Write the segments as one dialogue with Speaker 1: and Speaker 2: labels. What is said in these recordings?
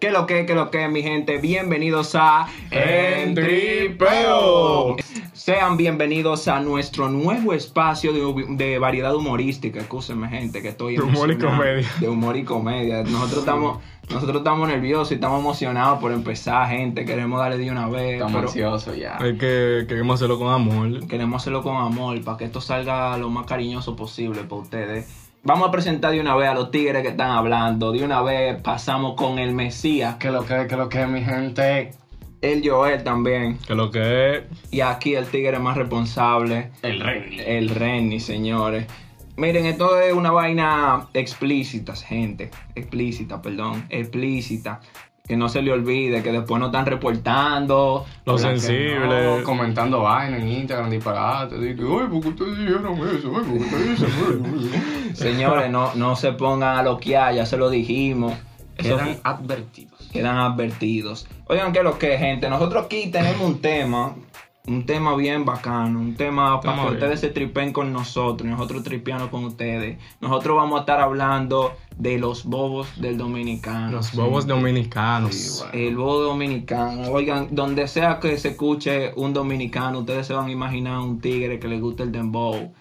Speaker 1: Que lo que, que lo que, mi gente, bienvenidos a
Speaker 2: En Tripeo.
Speaker 1: Sean bienvenidos a nuestro nuevo espacio de, hubi- de variedad humorística. Escúsenme, gente, que estoy
Speaker 2: De humor y
Speaker 1: emocionado.
Speaker 2: comedia.
Speaker 1: De humor y comedia. Nosotros estamos, nosotros estamos nerviosos y estamos emocionados por empezar, gente. Queremos darle de una vez.
Speaker 3: Estamos
Speaker 1: pero
Speaker 3: ansiosos ya.
Speaker 2: Hay que queremos hacerlo con amor.
Speaker 1: Queremos hacerlo con amor para que esto salga lo más cariñoso posible para ustedes. Vamos a presentar de una vez a los tigres que están hablando. De una vez pasamos con el Mesías,
Speaker 3: Que lo que, que lo que, mi gente.
Speaker 1: el Joel también.
Speaker 2: Que lo que es.
Speaker 1: Y aquí el tigre más responsable,
Speaker 3: El rey.
Speaker 1: el Renny, señores. Miren, esto es una vaina explícita, gente. Explícita, perdón. Explícita. Que no se le olvide, que después no están reportando.
Speaker 2: Lo
Speaker 3: Hola, que
Speaker 2: sensible.
Speaker 3: no, comentando vainas en Instagram, disparate. Dije, ay, ¿por qué ustedes dijeron eso? Ay, ¿por qué ustedes dicen eso?
Speaker 1: Señores, no, no se pongan a loquear, ya se lo dijimos. Eso
Speaker 3: Quedan advertidos.
Speaker 1: quedan advertidos. Oigan, que lo que, gente, nosotros aquí tenemos un tema, un tema bien bacano, un tema para
Speaker 2: Tema
Speaker 1: que
Speaker 2: bien.
Speaker 1: ustedes se tripen con nosotros, y nosotros tripeando con ustedes. Nosotros vamos a estar hablando de los bobos del dominicano.
Speaker 2: Los bobos
Speaker 3: Sí,
Speaker 2: dominicanos.
Speaker 3: bueno.
Speaker 1: El bobo dominicano. Oigan, donde sea que se escuche un dominicano, ustedes se van a imaginar un tigre que le gusta el dembow,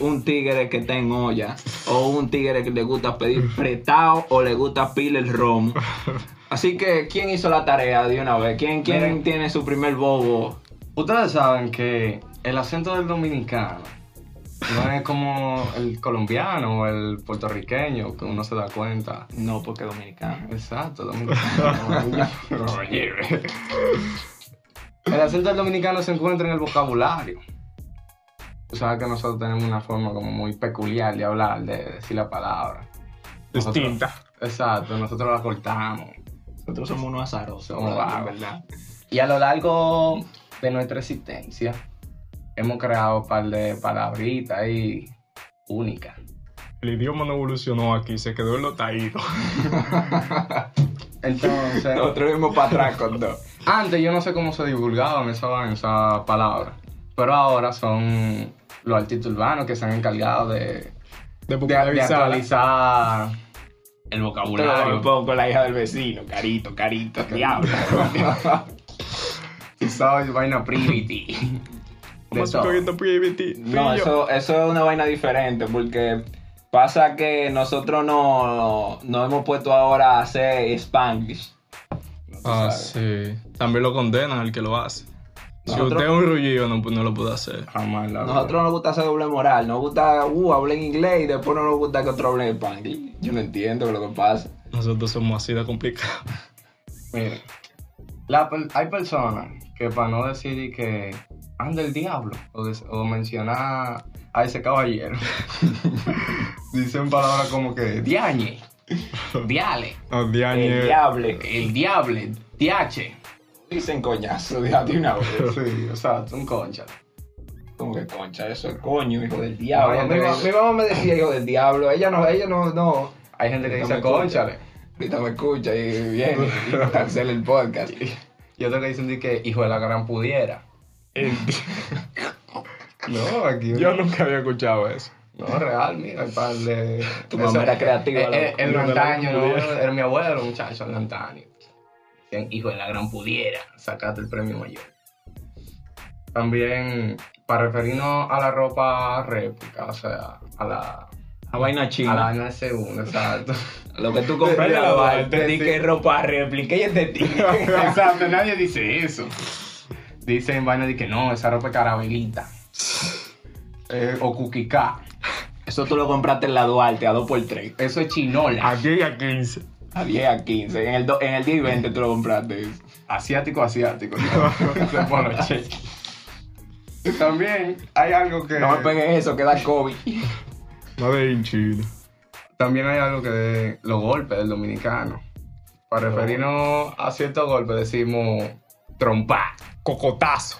Speaker 1: un tigre que está en olla, o un tigre que le gusta pedir prestado o le gusta pila el romo. Así que, ¿quién hizo la tarea de una vez? ¿Quién, quién
Speaker 3: Miren.
Speaker 1: tiene su primer bobo?
Speaker 3: Ustedes saben que el acento del dominicano no es como el colombiano o el puertorriqueño, que uno se da cuenta.
Speaker 1: No, porque dominicano.
Speaker 3: Exacto, dominicano. Oye. El acento del dominicano se encuentra en el vocabulario. Tú sabes que nosotros tenemos una forma como muy peculiar de hablar, de decir la palabra. Nosotros-
Speaker 2: Distinta.
Speaker 3: exacto, nosotros la cortamos.
Speaker 1: Nosotros somos unos azarosos,
Speaker 3: Somos
Speaker 1: ¿verdad?
Speaker 3: vagos. Y a lo largo de nuestra existencia, hemos creado un par de palabritas ahí únicas.
Speaker 2: El idioma no evolucionó aquí, se quedó en lo taído.
Speaker 3: Entonces,
Speaker 1: Nosotros vimos para atrás con dos.
Speaker 3: Antes yo no sé cómo se divulgaban esa, esa palabra, pero ahora son los artistas urbanos que se han encargado de,
Speaker 2: De
Speaker 3: de, de
Speaker 2: popularizar.
Speaker 3: actualizar el
Speaker 1: Claro,
Speaker 3: vocabulario.
Speaker 1: poco la hija del vecino, carito, carito, diablo.
Speaker 3: Tú sabes, vaina privity. De
Speaker 2: Vamos a
Speaker 3: todo.
Speaker 2: cogiendo PBT.
Speaker 1: No,
Speaker 2: Pillo.
Speaker 1: eso, eso es una vaina diferente porque pasa que nosotros no, no hemos puesto ahora a hacer Spanglish. No, tú
Speaker 2: Ah,
Speaker 1: sabes.
Speaker 2: sí. También lo condenan al que lo hace. Si
Speaker 1: Nosotros-
Speaker 2: usted es un rullido, no, no lo puede hacer.
Speaker 3: Jamás la
Speaker 1: Nosotros nos gusta hacer doble moral, nos gusta, uh, hablar en inglés y después no nos gusta que otro hable en Spanglish. Yo no entiendo lo que pasa.
Speaker 2: Nosotros somos así de complicados.
Speaker 3: Mira, la per- hay personas que para no decir y que anda el diablo o, des- o mencionar a ese caballero, dicen palabras como que diañe, diale,
Speaker 2: No,
Speaker 1: El
Speaker 2: Diane.
Speaker 1: diablo.
Speaker 3: el diable, diache.
Speaker 1: Dicen coñazo, déjate una vez.
Speaker 3: Sí, o sea, un concha.
Speaker 1: Como que concha, eso es coño, hijo del diablo.
Speaker 3: No,
Speaker 1: mi, ma- mi mamá me decía hijo del diablo, ella no, ella no, no.
Speaker 3: Hay gente que
Speaker 1: No me
Speaker 3: dice
Speaker 1: concha.
Speaker 3: conchale
Speaker 1: Ahorita me escucha y viene y cancela el podcast.
Speaker 3: y otros que dicen de que hijo de la gran pudiera. No, aquí
Speaker 2: Yo nunca había escuchado eso.
Speaker 3: No, real, mira, el par de.
Speaker 1: Tu mamá era creativa,
Speaker 3: Eh, El,
Speaker 1: loco.
Speaker 3: antaño, ¿no? Era mi abuelo, muchacho, el antaño. Decían, hijo de la gran pudiera, sacate el premio mayor. También, para referirnos a la ropa réplica, o sea, a la.
Speaker 1: La vaina
Speaker 3: A la vaina de segundo, exacto.
Speaker 1: Lo que tú compras en
Speaker 2: De- de
Speaker 1: la
Speaker 2: la
Speaker 1: Duarte,
Speaker 2: Duarte,
Speaker 1: di
Speaker 2: sí.
Speaker 1: que ropa réplica y este tigre.
Speaker 3: exacto, nadie dice eso. Dicen vaina de que no, esa ropa es carabelita. Eh, o cuquicá.
Speaker 1: Eso tú lo compraste en la Duarte a 2x3.
Speaker 3: Eso es chinola.
Speaker 2: Aquí a 15.
Speaker 1: A 10 a 15. En el, do- en el 10 y 20 tú lo compraste.
Speaker 3: Asiático, asiático. Se pone che. También hay algo que.
Speaker 1: No me pegues eso, que da COVID.
Speaker 2: Madre en Chile.
Speaker 3: También hay algo que de los golpes del dominicano. Para referirnos a ciertos golpes decimos trompa,
Speaker 2: Cocotazo.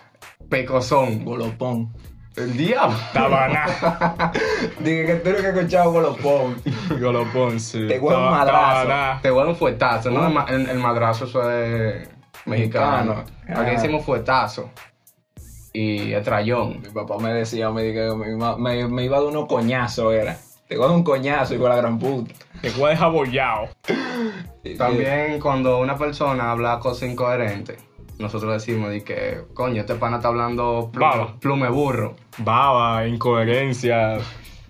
Speaker 3: pecozón,
Speaker 1: Golopón.
Speaker 3: el diablo.
Speaker 2: Tabaná.
Speaker 1: Dije que tú eres que escuchaba golopón.
Speaker 2: Golopón, sí.
Speaker 1: Te voy a un
Speaker 2: Tab-
Speaker 1: madrazo.
Speaker 2: tabaná.
Speaker 3: Te voy a dar un fuetazo, ¿no? El ma- El, el madrazo eso es mexicano.
Speaker 1: Mexicano.
Speaker 3: Aquí
Speaker 1: Ah.
Speaker 3: decimos fuetazo y el trayón.
Speaker 1: Mi papá me decía, me, dije, me, iba- me- me iba de unos coñazos, era. Te coge un coñazo y con la gran puta.
Speaker 2: Te voy a dejar bollado.
Speaker 3: También cuando una persona habla cosas incoherentes, nosotros decimos de que, coño, este pana está hablando plu-
Speaker 2: Baba.
Speaker 3: plume burro,
Speaker 2: Baba, incoherencia.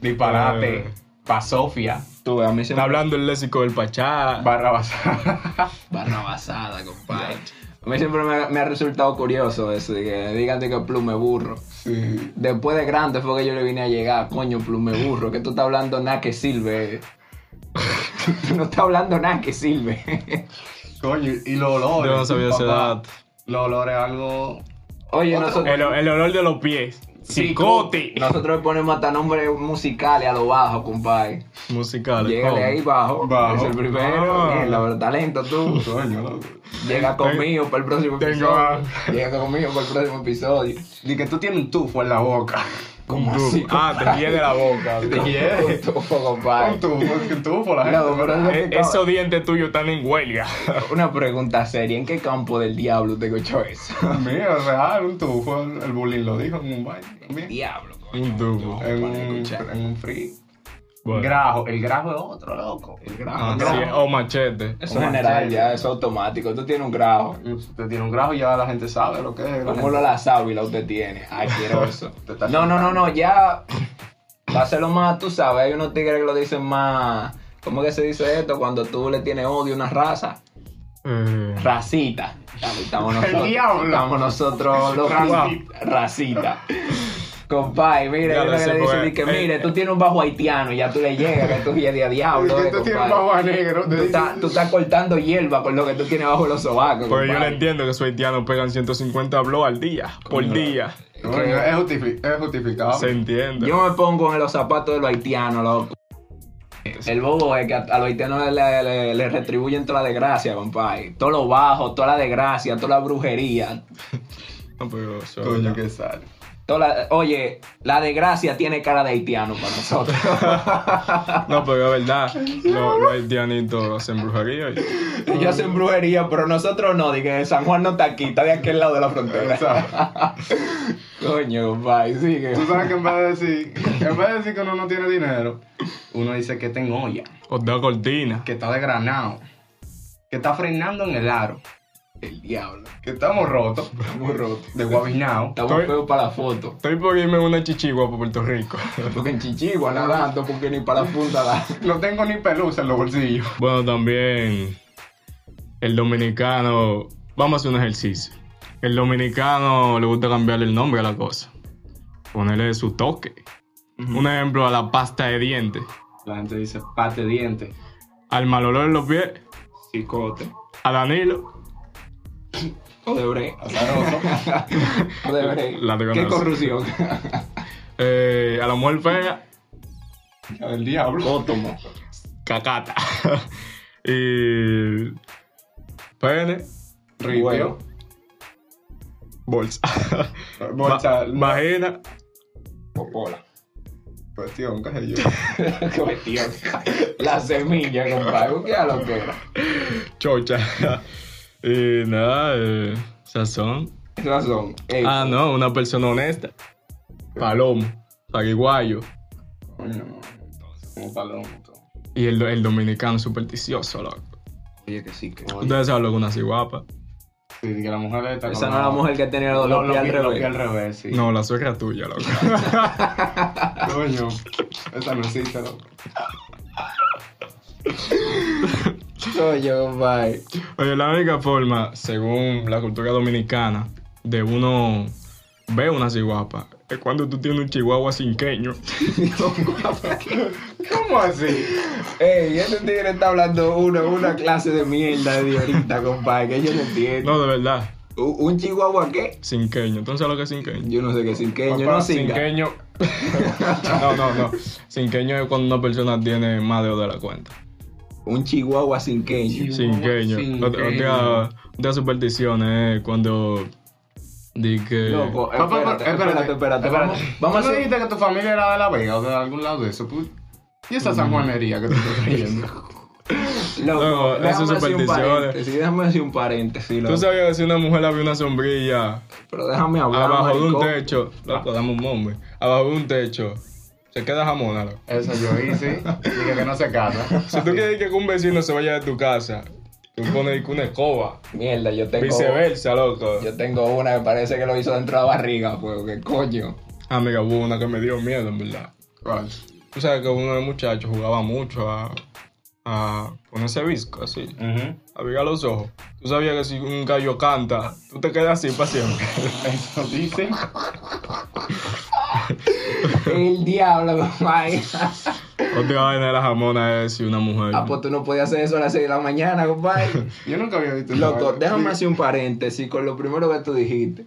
Speaker 3: disparate,
Speaker 2: Eh.
Speaker 3: pasofia,
Speaker 1: Tú, a mí se me...
Speaker 2: Está hablando el léxico del Pachá.
Speaker 3: barra basada.
Speaker 1: Barra basada, compadre. A mí siempre me, me ha resultado curioso eso, de que digan de que plume burro.
Speaker 3: sí.
Speaker 1: Después de grande fue que yo le vine a llegar, coño, plume burro, que tú estás hablando nada que sirve. Tú no estás hablando nada que sirve.
Speaker 3: Coño, y los olores.
Speaker 2: Yo no sabía esa
Speaker 3: papá.
Speaker 2: edad.
Speaker 3: Los olores algo.
Speaker 1: Oye,
Speaker 3: Otro-
Speaker 1: nosotros,
Speaker 2: El, el olor de los pies. Cicote.
Speaker 1: nosotros le ponemos hasta nombres musicales a lo bajo, compadre.
Speaker 2: Musical.
Speaker 1: Llegale ahí bajo,
Speaker 3: Bajo.
Speaker 1: es el primero.
Speaker 2: Ah.
Speaker 1: mierda, pero talento tú.
Speaker 3: Coño, loco.
Speaker 1: Llega conmigo para el próximo
Speaker 2: tengo
Speaker 1: episodio.
Speaker 2: hambre.
Speaker 1: Llega conmigo para el próximo episodio.
Speaker 3: Di que tú tienes un tufo en la boca.
Speaker 1: ¿Cómo
Speaker 2: Tú.
Speaker 1: así?
Speaker 2: Ah, te viene la boca.
Speaker 3: Te quiere.
Speaker 1: Un tufo,
Speaker 3: Un
Speaker 1: compadre.
Speaker 3: tufo, es que un tufo la gente.
Speaker 1: No, pero es lo que
Speaker 2: Eh,
Speaker 1: acaba-
Speaker 2: Esos dientes tuyos están en huelga.
Speaker 1: Una pregunta seria, ¿en qué campo del diablo usted escuchó eso?
Speaker 3: Mío, real, un tufo. El, el bullying lo dijo en un baile también.
Speaker 1: Diablo, coño.
Speaker 2: Un tubo.
Speaker 3: En un,
Speaker 1: Para escuchar.
Speaker 3: en un free.
Speaker 2: Bueno.
Speaker 3: Grajo. El grajo es otro, loco. El grajo.
Speaker 2: Ah,
Speaker 3: el
Speaker 2: sí,
Speaker 3: grajo.
Speaker 2: o machete.
Speaker 1: Eso es general ya, eso es automático. Usted tiene un grajo.
Speaker 3: Usted tiene un grajo y ya la gente sabe lo que es.
Speaker 1: Como lo la sábila usted tiene. Ay, quiero eso.
Speaker 3: Te está
Speaker 1: No, no, no, no, ya. Va a ser lo más, tú sabes, hay unos tigres que lo dicen más. ¿Cómo que se dice esto? Cuando tú le tienes odio a una raza.
Speaker 2: Eh,
Speaker 1: Racita. Estamos
Speaker 3: El
Speaker 1: nosotros.
Speaker 3: diablo.
Speaker 1: Estamos nosotros los
Speaker 3: Racita.
Speaker 1: Racita. Compadre, mira,
Speaker 2: Ya
Speaker 1: yo
Speaker 2: lo
Speaker 1: lo que
Speaker 2: sé,
Speaker 1: le dice,
Speaker 2: porque-
Speaker 1: di que
Speaker 2: eh,
Speaker 1: mire,
Speaker 2: eh.
Speaker 1: tú tienes un bajo haitiano y ya tú le llegas, que tú eres de diablo. eh,
Speaker 3: Usted tiene un
Speaker 1: compadre.
Speaker 3: bajo negro.
Speaker 1: Tú
Speaker 3: te dice- Pues
Speaker 1: estás, tú estás cortando hierba con lo que tú tienes bajo los sobacos.
Speaker 2: Pero pues yo no
Speaker 1: compadre.
Speaker 2: entiendo que esos haitianos pegan 150 blogs al día. Por día.
Speaker 3: Coño, es, justifi- es justificado.
Speaker 2: Se entiende.
Speaker 1: Yo me pongo en los zapatos de los haitianos, loco. El bobo es que a, a los haitianos le, le- le retribuyen toda la desgracia, compadre. Todo lo bajo, toda la desgracia, toda la brujería.
Speaker 2: No, pero eso-
Speaker 3: Coño, qué sal.
Speaker 1: toda la- oye, la desgracia tiene cara de haitiano para nosotros.
Speaker 2: No, pero es verdad. Los, los haitianitos hacen brujería. y-
Speaker 1: Ellos hacen brujería, pero nosotros no. Dije, San Juan no está aquí, está de aquel lado de la frontera. Coño, compadre, sigue.
Speaker 3: Tú sabes que en vez de decir, en vez de decir que uno no tiene dinero, uno dice que tengo olla,
Speaker 2: Os da cortina.
Speaker 3: que está desgranado, que está frenando en el aro,
Speaker 1: El diablo.
Speaker 3: que estamos rotos,
Speaker 1: Estamos rotos.
Speaker 3: de guabinao.
Speaker 1: Estamos
Speaker 2: Estoy-
Speaker 1: feos para la foto.
Speaker 2: Estoy por irme una chichigua para Puerto Rico.
Speaker 1: Porque en Chichigua no tanto, porque ni para la punta da.
Speaker 3: No tengo ni pelusa en los bolsillos.
Speaker 2: Bueno, también el dominicano. Vamos a hacer un ejercicio. El dominicano le gusta cambiarle el nombre a la cosa. Ponerle su toque. Un ejemplo a la pasta de dientes.
Speaker 3: La gente dice, pate diente.
Speaker 2: Al mal olor en los pies.
Speaker 1: Chicote.
Speaker 2: A Danilo.
Speaker 1: Odebrecht.
Speaker 3: azaroso.
Speaker 1: Odebrecht.
Speaker 2: La de
Speaker 1: Qué
Speaker 2: ganarse.
Speaker 1: corrupción.
Speaker 2: eh, a la mujer fea.
Speaker 3: Hija del diablo.
Speaker 1: Ótomo.
Speaker 2: Cacata. y. Pene.
Speaker 3: Ripio.
Speaker 2: Bolsa.
Speaker 3: Bolsa.
Speaker 2: Va- vagina.
Speaker 1: Popola.
Speaker 3: Cuestión, qué sé yo.
Speaker 1: Qué bestia. La semilla, compadre. ¿Qué a lo que era?
Speaker 2: Chocha. y nada. eh, sazón.
Speaker 1: Esas son. Ey,
Speaker 2: Ah, no, una persona honesta. Palomo, paraguayo.
Speaker 3: Coño, no. Entonces, como palomo. todo.
Speaker 2: Y el, el dominicano supersticioso, loco.
Speaker 1: Oye, que sí, que.
Speaker 2: Ustedes saben lo que una así guapa.
Speaker 3: Sí, que la mujer está
Speaker 1: Esa no es la mujer que tenía los,
Speaker 3: Los
Speaker 1: los
Speaker 3: los
Speaker 1: pies al
Speaker 3: pies los pies
Speaker 1: revés.
Speaker 3: al revés, sí.
Speaker 2: No, la suegra es tuya, loco.
Speaker 3: Coño, esa no existe, loco.
Speaker 1: Coño, compadre.
Speaker 2: Oye, la única forma, según la cultura dominicana, de uno ver una así guapa es cuando tú tienes un chihuahua cinqueño.
Speaker 3: ¿Cómo así?
Speaker 1: Ey, este tigre está hablando uno, una clase de mierda de ahorita, compadre, que yo no entiendo.
Speaker 2: No, de verdad,
Speaker 1: ¿Un un chihuahua qué?
Speaker 2: cinqueño. ¿Entonces sabes lo que es cinqueño?
Speaker 1: Yo no sé qué es cinqueño,
Speaker 2: Papá,
Speaker 1: no singa.
Speaker 2: cinqueño. no, no, no. Cinqueño es cuando una persona tiene más de de la cuenta.
Speaker 1: Un chihuahua cinqueño.
Speaker 2: Cinqueño.
Speaker 3: Cinqueño.
Speaker 2: Otra, otra, otra superstición es cuando. Di que.
Speaker 1: Loco,
Speaker 3: Papá,
Speaker 1: espérate, espérate, espérate. Vamos, vamos
Speaker 3: ¿Tú
Speaker 1: a
Speaker 3: no
Speaker 1: hacer...
Speaker 3: dijiste que tu familia era de La Vega o de algún lado de eso? pu- ¿Y
Speaker 1: Mm.
Speaker 3: esa sanjuanería que tú estás creyendo?
Speaker 1: Loco,
Speaker 2: Loco,
Speaker 1: déjame
Speaker 2: esas
Speaker 1: hacer un
Speaker 2: supersticiones.
Speaker 1: paréntesis, déjame hacer un paréntesis,
Speaker 2: Tú
Speaker 1: loco.
Speaker 2: sabías que si una mujer había una sombrilla
Speaker 1: Pero déjame hablar,
Speaker 2: abajo de un
Speaker 1: maricón.
Speaker 2: techo. Loco, dame un nombre. Abajo de un techo. Se queda jamón, Álvaro.
Speaker 3: Eso yo hice. Dije que no se casa.
Speaker 2: Si tú quieres que un vecino se vaya de tu casa, tú pones que una escoba.
Speaker 1: Mierda, yo tengo.
Speaker 2: Viceversa, loco.
Speaker 1: Yo tengo una que parece que lo hizo dentro de la barriga, pues, que coño.
Speaker 2: Ah, mira, hubo una que me dio miedo, en verdad. Tú sabes que uno de los muchachos jugaba mucho a, a ponerse visco, así.
Speaker 3: Ujú.
Speaker 2: Abriga los ojos. Tú sabías que si un gallo canta, tú te quedas así para siempre.
Speaker 3: Eso dice.
Speaker 1: El diablo, compadre.
Speaker 2: Otra vaina de la jamona es si una mujer.
Speaker 1: Ah, pues tú no podías hacer eso a las 6 de la mañana, compadre.
Speaker 3: Yo nunca había visto una
Speaker 1: Loco,
Speaker 3: vaina.
Speaker 1: déjame hacer un paréntesis con lo primero que tú dijiste.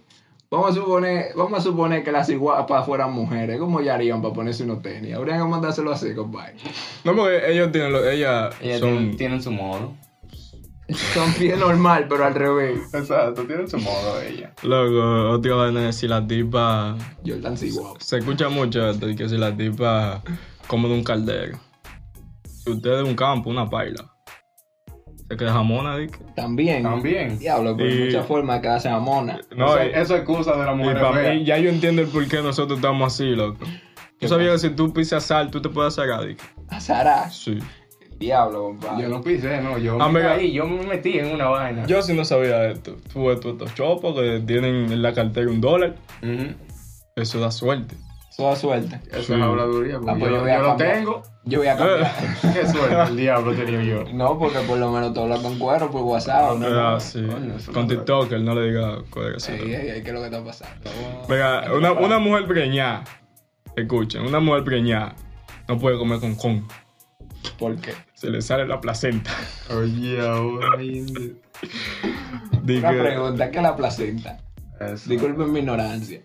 Speaker 1: Vamos a suponer, vamos a suponer que las iguapas fueran mujeres. ¿Cómo ya harían para ponerse unos tenis? Habrían que mandárselo así, compadre.
Speaker 2: No, porque ellos tienen lo- ellas
Speaker 3: Ellas
Speaker 2: son.
Speaker 3: tienen, tienen su modo.
Speaker 1: Son pies normal, pero al revés.
Speaker 3: Exacto, tienen su modo ella.
Speaker 2: Loco, otra vaina es si la tipa.
Speaker 1: Jordan sí guapo.
Speaker 2: Se escucha mucho esto, que si la tipa come de un caldero. Si usted es de un campo, una paila. Se queda jamona, dique.
Speaker 1: También.
Speaker 3: También.
Speaker 1: Diablo, pero
Speaker 2: Sí.
Speaker 1: hay muchas formas de quedarse jamona.
Speaker 2: No,
Speaker 3: eso,
Speaker 2: y-
Speaker 3: eso es excusa de la
Speaker 2: Y
Speaker 3: mujer.
Speaker 2: para mí, ya yo entiendo el por qué nosotros estamos así, loco. ¿Tú sabías que si tú pisas sal, tú te puedes sacar? Dick?
Speaker 1: Azarás.
Speaker 2: Sí.
Speaker 1: Diablo, compadre.
Speaker 3: Yo no pisé, no. Yo
Speaker 2: Ah,
Speaker 3: me
Speaker 2: mira.
Speaker 3: caí, yo me metí en una vaina.
Speaker 2: Yo sí no sabía esto. Tuve estos estos chopos que tienen en la cartera un dólar.
Speaker 3: Ujú.
Speaker 2: Eso da suerte.
Speaker 1: Toda suerte.
Speaker 3: Eso
Speaker 2: Sí.
Speaker 3: es habladuría. porque
Speaker 1: Ah, pues
Speaker 3: yo,
Speaker 1: yo voy a
Speaker 3: yo lo
Speaker 1: cambiar.
Speaker 3: tengo.
Speaker 1: Yo voy a cambiar.
Speaker 3: Qué suerte el diablo tenía yo.
Speaker 1: No, porque por lo menos tú hablas con cuero por WhatsApp. ¿no?
Speaker 2: Ah, sí.
Speaker 3: coño, eso
Speaker 2: Con
Speaker 3: no-
Speaker 2: TikTok, él no le diga cosas así.
Speaker 1: Ey, ey, ey, ¿qué es lo que está pasando?
Speaker 2: Venga, una, una mujer preñada. Escuchen, una mujer preñada no puede comer con con.
Speaker 1: Ah, ¿Por qué?
Speaker 2: Se le sale la placenta.
Speaker 3: Oye, ahora indio.
Speaker 2: Dique,
Speaker 1: Una pregunta, ¿qué es la placenta?
Speaker 3: Eso.
Speaker 1: Disculpen mi ignorancia.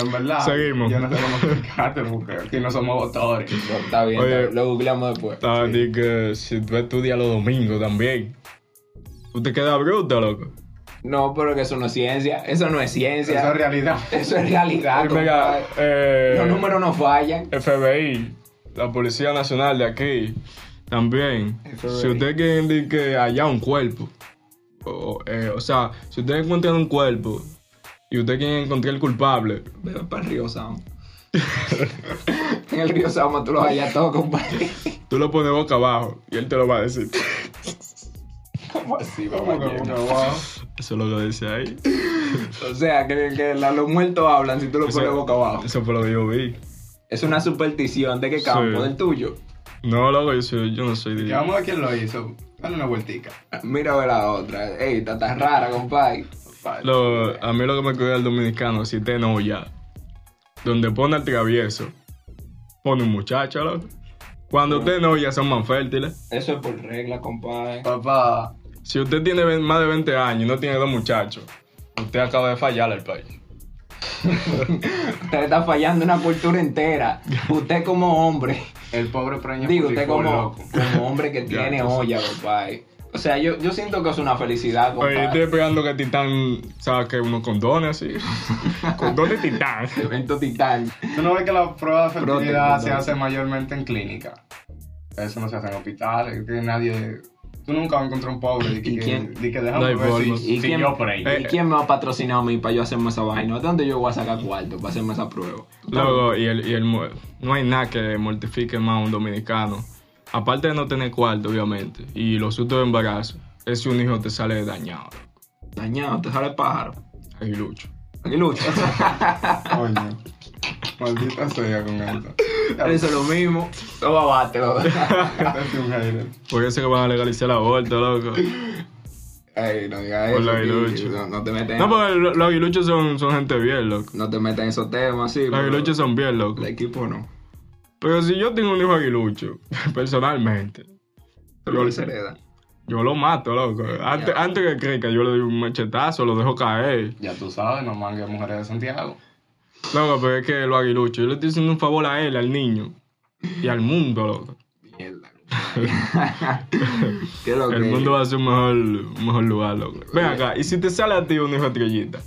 Speaker 3: en verdad.
Speaker 2: Seguimos.
Speaker 3: Yo no sé cómo explicarte porque aquí no somos autores.
Speaker 1: No, está bien,
Speaker 2: Oye.
Speaker 1: está- lo googleamos después.
Speaker 2: ah, dique, si tú estudias los domingos también, tú te quedas bruta, loco.
Speaker 1: No, pero que eso no es ciencia. Eso no es ciencia.
Speaker 3: Esa es realidad.
Speaker 1: Eso es realidad.
Speaker 2: Eh, venga,
Speaker 1: compadre.
Speaker 2: eh,
Speaker 1: Los números no fallan.
Speaker 2: FBI, la Policía Nacional de aquí, también.
Speaker 1: FBI.
Speaker 2: Si usted quiere decir que allá un cuerpo, o, eh, o sea, si usted encuentra un cuerpo y usted quiere encontrar el culpable,
Speaker 1: Ve para el río Samo. en el río Samo tú los hallas todos, compadre.
Speaker 2: tú lo pones boca abajo y él te lo va a decir.
Speaker 1: ¿Cómo así,
Speaker 3: Como que
Speaker 1: compañero?
Speaker 3: uno va.
Speaker 2: Eso es lo que dice ahí.
Speaker 1: O sea, que, que la- los muertos hablan si tú los
Speaker 2: Eso-
Speaker 1: pones boca abajo.
Speaker 2: Eso fue lo que yo vi.
Speaker 1: Es una superstición de qué campo,
Speaker 2: Sí.
Speaker 1: del tuyo.
Speaker 2: No, loco, yo, soy- yo no soy de...
Speaker 3: Llamamos a quien lo hizo. Dale una vueltica.
Speaker 1: Mira a ver la otra. Ey, está tan rara, compadre.
Speaker 2: Lo- a mí lo que me cuida el dominicano, si te ya donde pone al travieso, pone un muchacho, loco. Cuando usted novia son más fértiles.
Speaker 1: Eso es por regla, compadre.
Speaker 3: Papá.
Speaker 2: Si usted tiene ve- más de 20 años y no tiene dos muchachos, usted acaba de fallar al país.
Speaker 1: Usted está fallando una cultura entera. Usted como hombre,
Speaker 3: El pobre preña.
Speaker 1: digo, usted
Speaker 3: publicó,
Speaker 1: como,
Speaker 3: loco.
Speaker 1: como hombre que tiene olla, compadre. O sea, yo, yo siento que es una felicidad,
Speaker 2: Oye, yo estoy
Speaker 1: compadre.
Speaker 2: esperando que Titán saque unos condones así. condones Titán.
Speaker 1: Evento titán.
Speaker 3: Tú no ves que la prueba de
Speaker 1: Protein,
Speaker 3: fertilidad se
Speaker 1: protein.
Speaker 3: hace mayormente en clínica. Eso no se hace en hospitales. Que nadie. Tú nunca vas a encontrar un pobre. de que-
Speaker 1: ¿Y quién?
Speaker 3: de que
Speaker 2: No
Speaker 3: déjame
Speaker 2: hay
Speaker 3: ver si,
Speaker 2: forma.
Speaker 1: ¿Y,
Speaker 3: si
Speaker 1: quién,
Speaker 3: yo preño.
Speaker 2: Eh,
Speaker 1: ¿Y quién me va a patrocinar a mí para yo hacerme esa vaina? ¿Dónde yo voy a sacar cuarto para hacerme esa prueba?
Speaker 2: Luego, y el, y el mu- no hay nada que mortifique más a un dominicano. Aparte de no tener cuarto, obviamente, y los sustos de embarazo, es si un hijo te sale dañado.
Speaker 1: Dañado, te sale pájaro.
Speaker 2: Ahí lucho.
Speaker 1: Aguilucho.
Speaker 3: Coño. Maldita sea con esto.
Speaker 1: Eso es lo mismo. Toma, bátelo.
Speaker 3: Este es un hater.
Speaker 2: Por eso que van a legalizar la aborto, loco.
Speaker 1: Ey, no digas
Speaker 2: Por
Speaker 1: eso.
Speaker 2: los
Speaker 1: tío.
Speaker 2: aguiluchos.
Speaker 1: No, no te metas
Speaker 2: No,
Speaker 1: en,
Speaker 2: porque lo- los aguiluchos son, son gente bien, loco.
Speaker 1: no te metas en esos temas, sí.
Speaker 2: Los
Speaker 1: pero
Speaker 2: aguiluchos son bien, loco.
Speaker 1: El equipo no.
Speaker 2: Pero si yo tengo un hijo aguilucho, personalmente,
Speaker 1: Pero se hereda.
Speaker 2: yo lo mato, loco. Antes, antes que crezca, yo le doy un machetazo, lo dejo caer.
Speaker 3: Ya tú sabes, no mangues mujeres de Santiago.
Speaker 2: Loco, pero es que los aguiluchos, yo le estoy haciendo un favor a él, al niño y al mundo, loco.
Speaker 1: Mierda. ¿Qué es lo que
Speaker 2: El mundo va a ser un mejor, un mejor lugar, loco. Ven acá, y si te sale a ti un hijo de trillita,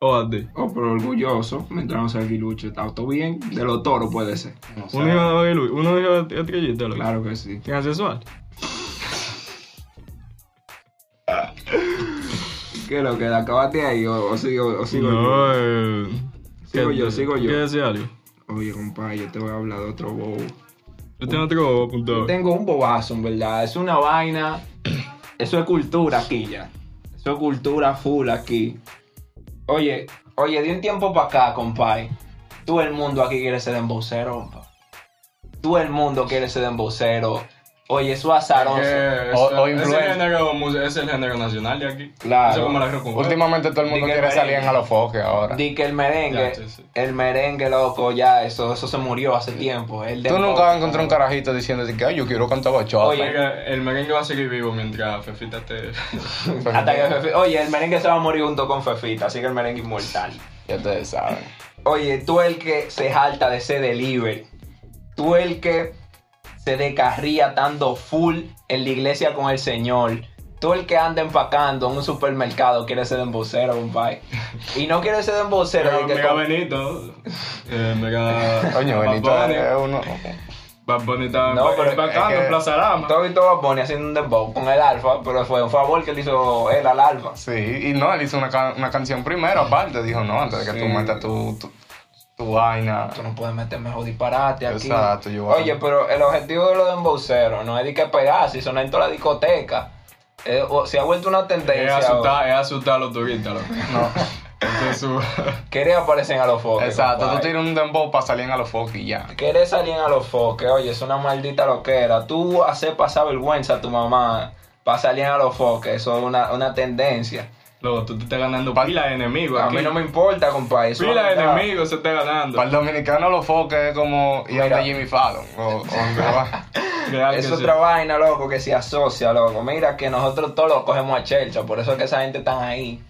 Speaker 2: o a ti,
Speaker 1: Oh, pero orgulloso. Mientras no sea aguilucho, está todo bien. De los toros puede ser.
Speaker 3: No sé.
Speaker 2: un hijo de aguilucho, un hijo de trillita, loco.
Speaker 1: Claro que sí.
Speaker 2: ¿Tienes sexual?
Speaker 1: ¿Qué es lo que? Acabate ahí o, o sigo, o sigo yo.
Speaker 2: No, eh,
Speaker 1: Sigo
Speaker 2: ¿qué-
Speaker 1: yo, sigo yo.
Speaker 2: ¿Quieres decir algo?
Speaker 1: Oye, compadre, yo te voy a hablar de otro bobo.
Speaker 2: Yo tengo otro punto.
Speaker 1: Tengo un bobazo, en verdad. Es una vaina. Eso es cultura aquí ya. Eso es cultura full aquí. Oye, oye, de un tiempo para acá, compadre. Todo el mundo aquí quiere ser embocero, compa. Todo el mundo quiere ser embocero. Oye, eso es azaroso.
Speaker 2: Es,
Speaker 3: O- o
Speaker 2: Eh, es, el
Speaker 3: influencer.
Speaker 2: género, mu- es el género nacional de aquí.
Speaker 1: Claro.
Speaker 2: Eso es como la reconquista.
Speaker 3: Últimamente todo el mundo
Speaker 1: Di que
Speaker 3: quiere
Speaker 1: merengue.
Speaker 3: salir en alofoque ahora.
Speaker 1: Di que el merengue,
Speaker 2: Ya, sí, sí.
Speaker 1: el merengue, loco, ya, eso, eso se murió hace tiempo. El
Speaker 3: Tú
Speaker 1: dembow.
Speaker 3: nunca vas a encontrar un carajito diciendo así que ay, yo quiero cantar bachata.
Speaker 2: El
Speaker 1: Oye.
Speaker 2: merengue- El merengue va a seguir vivo mientras Fefita te...
Speaker 1: Hasta que Fefi- Oye, el merengue se va a morir junto con Fefita, así que el merengue inmortal.
Speaker 3: Ya ustedes saben.
Speaker 1: Oye, tú el que se jalta de ese delivery. Tú el que se descarría tanto full en la iglesia con el Señor. Tú el que anda empacando en un supermercado quiere ser embocero, compadre. Y no quiere ser embocero.
Speaker 2: Mira,
Speaker 1: de que
Speaker 2: mira
Speaker 1: con-
Speaker 2: Benito. Eh, mira...
Speaker 3: Coño,
Speaker 2: Bad
Speaker 3: Benito
Speaker 2: Bunny.
Speaker 3: es uno.
Speaker 2: Bad Bunny está
Speaker 1: No, pero es
Speaker 2: empacando
Speaker 3: que-
Speaker 2: en Plaza Lama.
Speaker 1: Todo y todo pone haciendo un dembow con el alfa, pero fue un favor que le hizo él al alfa.
Speaker 3: Sí, y no, él hizo una, ca- una canción primero aparte. Dijo, no, antes de que tú
Speaker 1: Sí.
Speaker 3: metas tu, tu, tu vaina.
Speaker 1: Tú no puedes meter mejor disparate aquí.
Speaker 3: Exacto, yo-
Speaker 1: Oye, pero el objetivo de los dembowceros no es de que pegarse, son en toda la discoteca. Eh, o- se ha vuelto una
Speaker 2: Es
Speaker 1: tendencia.
Speaker 2: asustar, es asustar a los turistas, loco.
Speaker 3: No.
Speaker 2: Ese es su-
Speaker 1: Quieres aparecer a los foques.
Speaker 3: Exacto, tú
Speaker 1: compadre.
Speaker 3: tiras un dembow para salir en alofoque y ya.
Speaker 1: Quieres salir a los foques, oye, es una maldita loquera. Tú haces pasar vergüenza a tu mamá para salir a los foques, eso es una, una tendencia.
Speaker 2: Loco, tú te estás ganando pila de enemigos
Speaker 1: A
Speaker 2: aquí.
Speaker 1: mí no me importa, compadre. eso es
Speaker 2: Pila de
Speaker 1: verdad.
Speaker 2: enemigos se está ganando.
Speaker 3: Para el dominicano alofoque es como ir a
Speaker 1: Mira.
Speaker 3: ver Jimmy Fallon. O, o donde va.
Speaker 2: Real que
Speaker 1: Es
Speaker 2: sí.
Speaker 1: otra vaina, loco, que se asocia, loco. Mira que nosotros todos lo cogemos a Chelcha, por eso es que esa gente está ahí.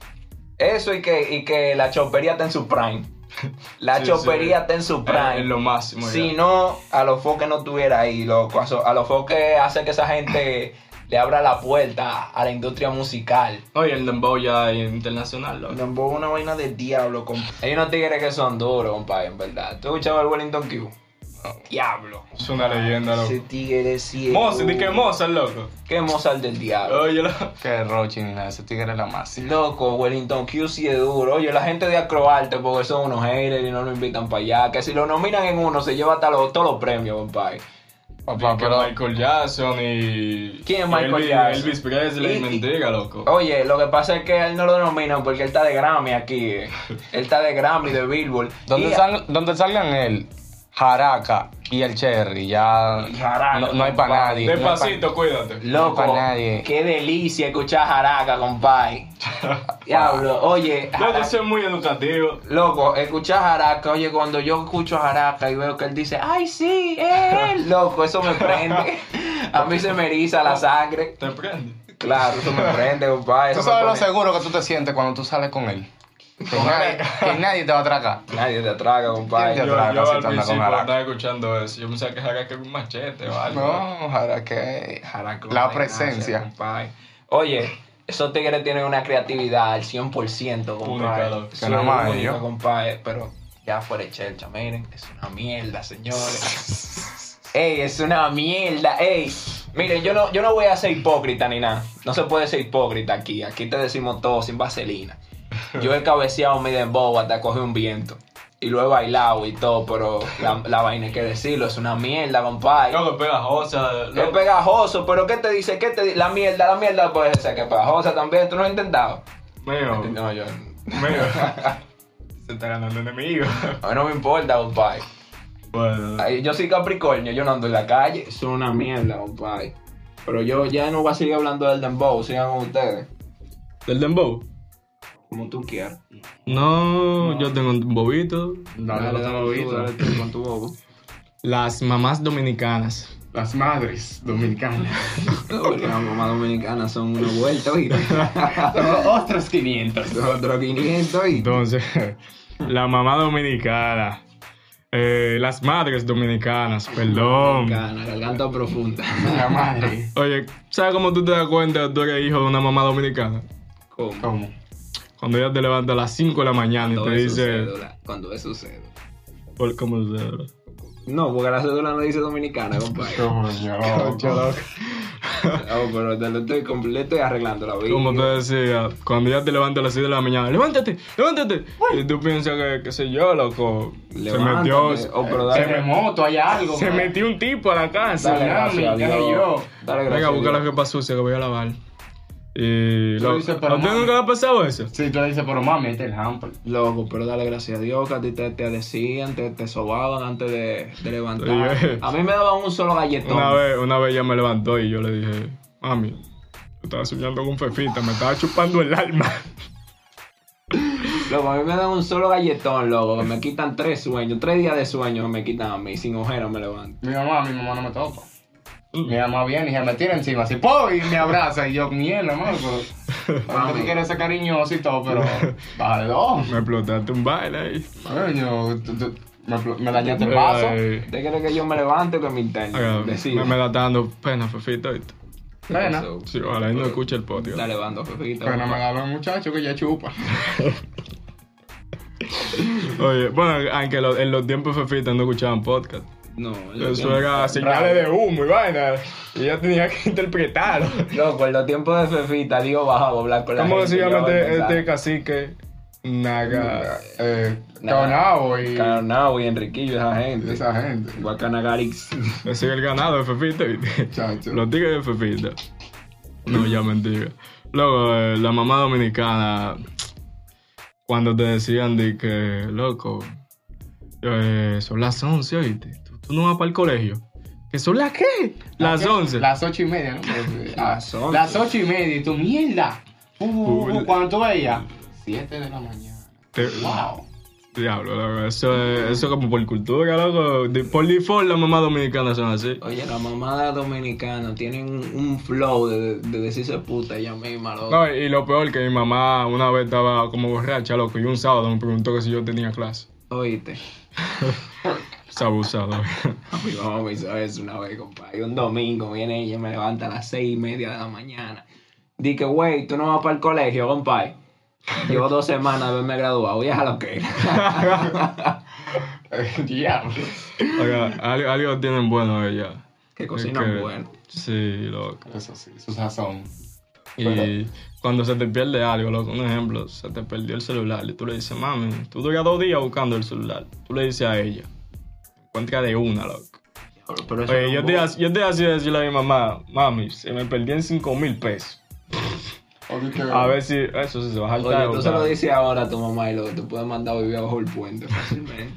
Speaker 1: Eso y que, y que la chopería está en su prime. La
Speaker 2: Sí,
Speaker 1: chopería
Speaker 2: sí. Eh,
Speaker 1: está en su
Speaker 2: Es, es
Speaker 1: prime.
Speaker 2: lo máximo.
Speaker 1: si
Speaker 2: ya.
Speaker 1: no, a los foques no estuviera ahí, loco. A, so- a los foques hace que esa gente le abra la puerta a la industria musical.
Speaker 2: Oye, el dembow ya es internacional, loco.
Speaker 1: El dembow es una vaina del diablo, compa. Hay unos tigres que son duros, compadre, en verdad. ¿Tú escuchabas el Wellington Q? Diablo.
Speaker 2: Es una leyenda, loco.
Speaker 1: Ese tigre sí es
Speaker 2: Mozart, di
Speaker 1: duro.
Speaker 2: que Mozart, loco.
Speaker 1: Qué Mozart del diablo.
Speaker 2: Oye, loco.
Speaker 3: Que Rochi ni nada, ese tigre es la más.
Speaker 1: Loco, Wellington Q sí es duro. Oye, la gente de Acroarte, porque son unos haters y no lo invitan para allá. Que si lo nominan en uno, se lleva hasta los, todos los premios, compadre.
Speaker 3: Papá,
Speaker 2: Di que
Speaker 3: pero.
Speaker 2: Michael Jackson y.
Speaker 1: ¿Quién es
Speaker 2: y
Speaker 1: Michael
Speaker 2: Elvis-
Speaker 1: Jackson?
Speaker 2: Elvis Presley,
Speaker 1: Y- Oh,
Speaker 2: mentira, loco.
Speaker 1: Oye, lo que pasa es que a él no lo nominan porque él está de Grammy aquí. eh. Él está de Grammy, de Billboard.
Speaker 3: Donde,
Speaker 1: Y-
Speaker 3: sal- donde salgan el Jaraca y el Cherry, ya
Speaker 1: Y Jaraca,
Speaker 3: no, no hay para
Speaker 1: compadre.
Speaker 3: nadie. no hay pa-
Speaker 2: Despacito, cuídate.
Speaker 1: Loco,
Speaker 3: pa' nadie.
Speaker 1: qué delicia escuchar Jaraca, compadre. Diablo, oye.
Speaker 2: No,
Speaker 1: Jaraca-
Speaker 2: yo soy muy educativo.
Speaker 1: Loco, escuchar Jaraca, oye, cuando yo escucho a Jaraca y veo que él dice, ay, sí, es él. Loco, eso me prende. A mí se me eriza la sangre.
Speaker 2: Te prende.
Speaker 1: Claro, eso me prende, compadre.
Speaker 3: Tú
Speaker 1: eso me
Speaker 3: sabes lo
Speaker 1: pone-
Speaker 3: seguro que tú te sientes cuando tú sales con él. Que nadie, que nadie te va a atracar.
Speaker 1: Nadie te atraca, compadre.
Speaker 3: Te
Speaker 2: Yo, yo
Speaker 3: atraca si
Speaker 2: al
Speaker 3: te andas con
Speaker 2: principio
Speaker 3: Jaraca.
Speaker 2: estaba escuchando eso. Yo pensaba que era que era un machete o algo.
Speaker 3: No, Jaraca.
Speaker 1: Jaraca,
Speaker 3: La
Speaker 1: compadre,
Speaker 3: presencia.
Speaker 1: gracias, compadre. Oye, esos tigres tienen una creatividad al 100%,
Speaker 2: Única,
Speaker 1: compadre.
Speaker 2: loco.
Speaker 1: Sí,
Speaker 3: Que nada más
Speaker 1: única,
Speaker 3: ellos.
Speaker 1: compadre, pero ya fuera de chelcha, miren, es una mierda, señores. ey, es una mierda, ey. Miren, yo no, yo no voy a ser hipócrita ni nada. No se puede ser hipócrita aquí. Aquí te decimos todo sin vaselina. Yo he cabeceado mi dembow hasta coger un viento. Y lo he bailado y todo, pero la, la vaina hay que decirlo, es una mierda, compadre.
Speaker 2: Loco, pegajosa.
Speaker 1: Es
Speaker 2: Loco.
Speaker 1: pegajoso, pero ¿qué te dice? ¿Qué te di- La mierda, la mierda puede ser que es pegajosa también. ¿Tú no has intentado?
Speaker 2: Mío.
Speaker 1: No, yo.
Speaker 2: Mío. Se está ganando enemigo.
Speaker 1: A mí no me importa, compadre.
Speaker 2: Bueno.
Speaker 1: Ay, Yo soy Capricornio, yo no ando en la calle. Eso es una mierda, compadre. Pero yo ya no voy a seguir hablando del dembow, sigan con ustedes.
Speaker 2: ¿Del dembow?
Speaker 1: Como tú quieras.
Speaker 2: No, yo tengo un bobito.
Speaker 1: Dale, dale tú, dale tú con tu bobo.
Speaker 2: Las mamás dominicanas.
Speaker 3: Las madres dominicanas.
Speaker 1: Porque las mamás dominicanas son una vuelta, ¿viste?
Speaker 3: Otros 500.
Speaker 1: Otro 500 y...
Speaker 2: Entonces, la mamá dominicana. Eh, las madres dominicanas, perdón.
Speaker 1: Dominicana, garganta profunda.
Speaker 3: La madre.
Speaker 2: Oye, ¿sabes cómo tú te das cuenta que tú eres hijo de una mamá dominicana?
Speaker 1: ¿Cómo?
Speaker 3: ¿Cómo?
Speaker 2: Cuando ella te levanta a las 5 de la mañana y
Speaker 1: Cuando
Speaker 2: te
Speaker 1: ve su
Speaker 2: dice...
Speaker 1: cédula, cuando ve su cédula.
Speaker 2: ¿Por cómo se
Speaker 1: No, porque la cédula no dice dominicana, compadre.
Speaker 3: Coño.
Speaker 1: No, Ah, pero te lo estoy, compl- le estoy arreglando la vida.
Speaker 2: Como te decía, cuando ya te levantas a las 6 de la mañana, levántate, levántate. Y tú piensas que, qué sé yo, loco,
Speaker 1: Levántate,
Speaker 2: se metió,
Speaker 1: o Oh, pero dale-
Speaker 3: Terremoto, hay algo. pues.
Speaker 2: se
Speaker 3: man.
Speaker 2: metió un tipo a la casa.
Speaker 3: Dale,
Speaker 1: Dale gracias a
Speaker 3: Tsunami, ya
Speaker 1: Dios.
Speaker 3: yo.
Speaker 1: Dale gracias
Speaker 2: Venga,
Speaker 1: a
Speaker 2: busca la
Speaker 1: Dios.
Speaker 2: ropa sucia que voy a lavar. Y
Speaker 3: Tú
Speaker 2: lo,
Speaker 3: dices,
Speaker 2: ¿A
Speaker 3: pero
Speaker 2: usted
Speaker 3: mami.
Speaker 2: nunca le ha pasado eso?
Speaker 3: Sí, tú le dices, pero mami, este es el hamper.
Speaker 1: Loco, pero dale gracias a Dios que a ti te, te decían, te, te sobaban antes de, de levantar.
Speaker 2: Oye.
Speaker 1: A mí me daban un solo galletón.
Speaker 2: Una vez, una vez ella me levantó y yo le dije, mami, yo estaba soñando con Fefita, me estaba chupando el alma.
Speaker 1: Loco, a mí me dan un solo galletón, loco. que Me quitan tres sueños, tres días de sueño me quitan a mí. Sin ojeras me levanto.
Speaker 3: Mi mamá, mi mamá no me toca.
Speaker 1: Mm.
Speaker 3: Mi mamá viene y se me tira encima así, ¡pum! Y me abraza. Y yo, mierda, mano, pero. Mami, tú quieres ser cariñoso y todo, pero. Bájale dos.
Speaker 2: Me explotaste un baile ahí.
Speaker 3: Coño, tú- tú- me, me dañaste el vaso.
Speaker 2: Ay,
Speaker 1: ¿Usted quiere que yo me levante con mi
Speaker 2: ay,
Speaker 1: interno? Decide.
Speaker 2: Eh, me, me la está dando pena, Fefita. ¿oíste?
Speaker 3: Pena.
Speaker 2: Sí, ojalá y no escuche el podcast.
Speaker 1: Está levando, Fefito.
Speaker 3: Pena me ganó el muchacho que ya chupa.
Speaker 2: Oye, bueno, aunque lo- en los tiempos de Fefita no escuchaban podcast.
Speaker 1: No, yo
Speaker 2: Eso
Speaker 1: siempre-
Speaker 2: era señales de humo y vaina. Y ella tenía que interpretarlo.
Speaker 1: Loco, en los tiempos de Fefita, digo, baja a doblar con la
Speaker 2: ¿Cómo
Speaker 1: gente,
Speaker 2: se
Speaker 1: yo
Speaker 2: llama
Speaker 1: voy a
Speaker 2: este,
Speaker 1: pensar.
Speaker 2: este cacique? Naga.
Speaker 3: Eh,
Speaker 1: Nada.
Speaker 3: Caonabo y
Speaker 1: Carnau y Enriquillo, esa gente.
Speaker 3: esa gente.
Speaker 1: Guacanagarix.
Speaker 2: Ese es el ganado de Fefita. ¿viste?
Speaker 3: Chacho.
Speaker 2: Los tigres de Fefita. No, ya mentira. Luego, eh, la mamá dominicana, cuando te decían de que, loco, eh, son las 11, ¿oíste? ¿Tú, tú no vas para el colegio. ¿Que son las qué? Las 11.
Speaker 3: Las ocho y media, ¿no? Pues, ah,
Speaker 1: Las once.
Speaker 3: Las ocho y media. Y tú, mierda. Uh, uh,
Speaker 2: Uy.
Speaker 3: uh, ¿Cuánto veías? Siete de la mañana.
Speaker 2: Te-
Speaker 3: Wow.
Speaker 2: Diablo, loco. Eso es eso es como por cultura, loco. De- por default, las mamás dominicanas son así.
Speaker 1: Oye, la mamada dominicana tienen un, un flow de, de decirse puta ella misma, loco.
Speaker 2: No, y lo peor que mi mamá una vez estaba como borracha, loco, y un sábado me preguntó que si yo tenía clase.
Speaker 1: Oíste.
Speaker 2: Es abusado.
Speaker 1: A mi mamá me hizo eso una vez, compadre. Un domingo viene ella y me levanta a las seis y media de la mañana. Di que, güey, tú no vas para el colegio, compadre. Llevo dos semanas de haberme graduado, ya lo que era.
Speaker 3: Eh, Diablo.
Speaker 2: Oiga, algo, algo tienen bueno ella.
Speaker 1: Que
Speaker 2: Es
Speaker 1: cocinan
Speaker 2: que-
Speaker 1: bueno.
Speaker 2: Sí, loco.
Speaker 3: Eso sí, su sazón.
Speaker 2: Y cuando se te pierde algo, loco, un ejemplo, se te perdió el celular y tú le dices, mami, tú duras dos días buscando el celular. Tú le dices a ella, encuentra de una, loco.
Speaker 1: Pero eso
Speaker 2: Oye,
Speaker 1: no
Speaker 2: yo
Speaker 1: es
Speaker 2: te,
Speaker 1: bueno.
Speaker 2: yo te hacía decirle a mi mamá, mami, se me perdí en cinco mil pesos. A ver si eso sí se va a
Speaker 1: Oye,
Speaker 2: saltar.
Speaker 1: tú se lo dices ahora a tu mamá y luego te puede mandar a vivir bajo el puente fácilmente.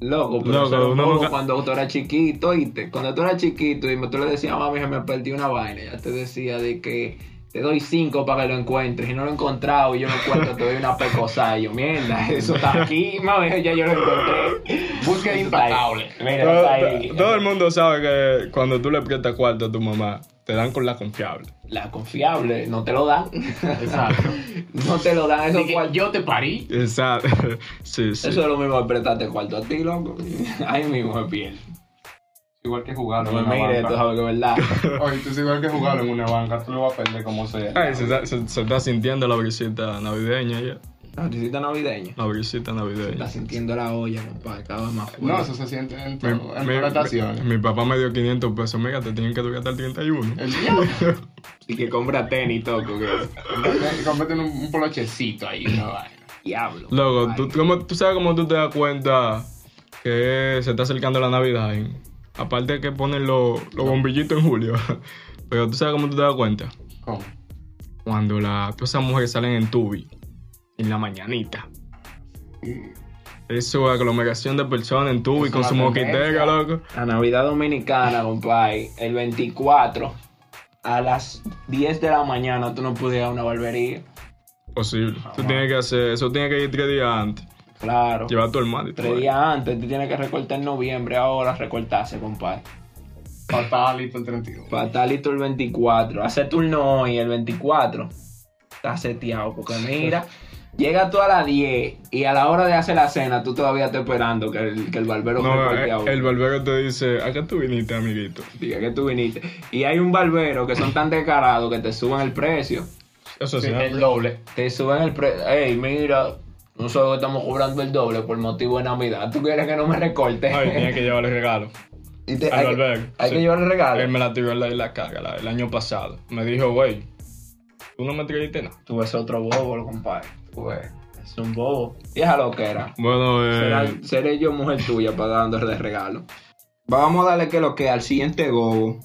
Speaker 1: Loco, pero
Speaker 2: Loco,
Speaker 1: se lo
Speaker 2: uno
Speaker 1: juro,
Speaker 2: nunca-
Speaker 1: cuando tú eras chiquito, ¿oíste? Cuando tú eras chiquito y me- tú le decías a mami que me perdí una vaina, ya te decía de que te doy cinco para que lo encuentres y no lo he encontrado y yo lo encuentro, te doy una pecosada. Y yo, mierda, eso está aquí, mami, ya yo lo encontré.
Speaker 3: Búsqueda
Speaker 1: Eso está ahí.
Speaker 3: implacable.
Speaker 1: Mira,
Speaker 2: Todo,
Speaker 1: está ahí.
Speaker 2: to- todo el mundo sabe que cuando tú le prestas cuarto a tu mamá, te dan con la confiable.
Speaker 1: La confiable, no te lo dan.
Speaker 3: Exacto.
Speaker 1: no te lo dan esos
Speaker 3: Dije,
Speaker 1: cuartos.
Speaker 3: yo te parí.
Speaker 2: Exacto. Sí, sí.
Speaker 1: Eso es lo mismo que prestarte cuarto a ti, loco. Ahí mismo me pierde.
Speaker 3: Igual que jugarlo
Speaker 1: No me mire, tú sabes que es verdad.
Speaker 3: Oye, tú es igual que jugarlo en una banca, tú lo vas a perder como sea.
Speaker 2: Ay, se, está- se- se está sintiendo la brisita navideña ya.
Speaker 1: La noticita navideña.
Speaker 2: La brisita navideña.
Speaker 1: Está sintiendo la olla, compadre. Cada vez más fuerte.
Speaker 3: No, eso se siente en,
Speaker 2: Mi,
Speaker 3: todo, en
Speaker 2: mi-
Speaker 3: prestaciones.
Speaker 2: mi papá me dio 500 pesos. Mira, te tienen que durar hasta el 31.
Speaker 3: El diablo.
Speaker 1: Y que compra tenis, toco. Que...
Speaker 3: Cómprate un, un polochecito ahí, una vaina.
Speaker 1: Diablo.
Speaker 2: Luego,
Speaker 1: compadre.
Speaker 2: tú, cómo- tú sabes cómo tú te das cuenta que se está acercando la Navidad. ¿eh? Aparte de que ponen los los bombillitos en julio. Pero tú sabes cómo tú te das cuenta.
Speaker 3: ¿Cómo?
Speaker 2: cuando la, todas esas mujeres salen en tubi en la mañanita. Eso, aglomeración de personas en tubi
Speaker 3: Es
Speaker 2: con
Speaker 3: una
Speaker 2: su moquitega,
Speaker 3: tendencia.
Speaker 2: loco.
Speaker 1: La Navidad Dominicana, compadre. El 24 a las 10 de la mañana tú no pudieras ir a una barbería.
Speaker 2: Posible. Tú tienes que hacer, eso tienes que ir tres días antes.
Speaker 1: Claro.
Speaker 2: Llevar a tu hermano y todo.
Speaker 1: Tres días antes, tú tienes que recortar en noviembre. Ahora recortarse, compadre.
Speaker 3: Fatal y todo el 32.
Speaker 1: Para estar listo el 24. Hace turno hoy, el 24. Está seteado, porque mira, llega tú a las 10 y a la hora de hacer la cena, tú todavía estás esperando que el, que el barbero
Speaker 2: No,
Speaker 1: recorte a
Speaker 2: eh,
Speaker 1: uno.
Speaker 2: el barbero te dice, acá tú viniste, amiguito.
Speaker 1: Diga que tú viniste. Y hay un barbero que son tan descarados que te suben el precio.
Speaker 2: Eso sí.
Speaker 3: el doble.
Speaker 1: Te suben el precio. Ey, mira, nosotros estamos cobrando el doble por motivo de Navidad. ¿Tú quieres que no me recorte?
Speaker 2: Ay, tienes que llevarle regalo.
Speaker 3: Y te- hay,
Speaker 2: Albert,
Speaker 3: hay que llevarle regalo.
Speaker 2: Él me la tiró en la, en la cara la- el año pasado. Me dijo, güey, tú no me trajiste nada.
Speaker 1: Tú ves otro bobo, lo compadre.
Speaker 3: Tú ves.
Speaker 1: Es un bobo. Y esa loquera.
Speaker 2: Bueno, eh,
Speaker 1: Será- seré yo mujer tuya para dándole de regalo. Vamos a darle que lo que al siguiente gobo.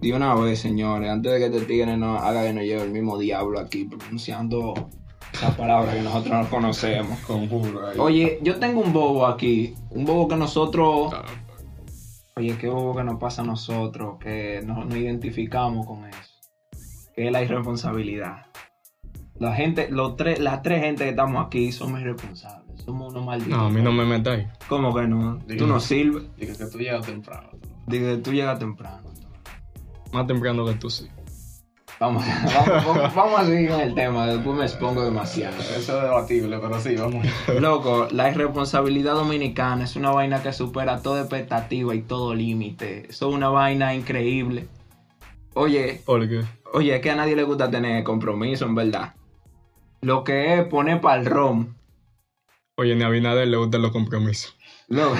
Speaker 1: De una vez, señores, antes de que te tigre no haga que nos lleve el mismo diablo aquí pronunciando esas palabras que nosotros no conocemos.
Speaker 3: Conjuro ahí.
Speaker 1: Oye, yo tengo un bobo aquí. Un bobo que nosotros.
Speaker 2: ah,
Speaker 1: Oye, qué bobo que nos pasa a nosotros, que no nos identificamos con eso. Que es la irresponsabilidad. La gente, los tres, las tres gente que estamos aquí somos irresponsables. Somos unos malditos.
Speaker 2: no, a mí no me metáis.
Speaker 1: ¿Cómo que no? Tú
Speaker 3: Digo.
Speaker 1: no sirves.
Speaker 3: Dije que tú llegas temprano.
Speaker 1: Dije, tú llegas temprano.
Speaker 2: Más temprano que tú sí.
Speaker 1: Vamos, vamos, vamos- vamos a seguir con el tema, después me expongo demasiado.
Speaker 3: Eso es debatible, pero sí, vamos.
Speaker 1: Loco, la irresponsabilidad dominicana es una vaina que supera toda expectativa y todo límite. Eso es una vaina increíble. Oye,
Speaker 2: Porque
Speaker 1: oye, es que a nadie le gusta tener compromiso, en verdad. Lo que es poner para el rom.
Speaker 2: Oye, ni a Abinader le gustan los compromisos.
Speaker 1: Lo,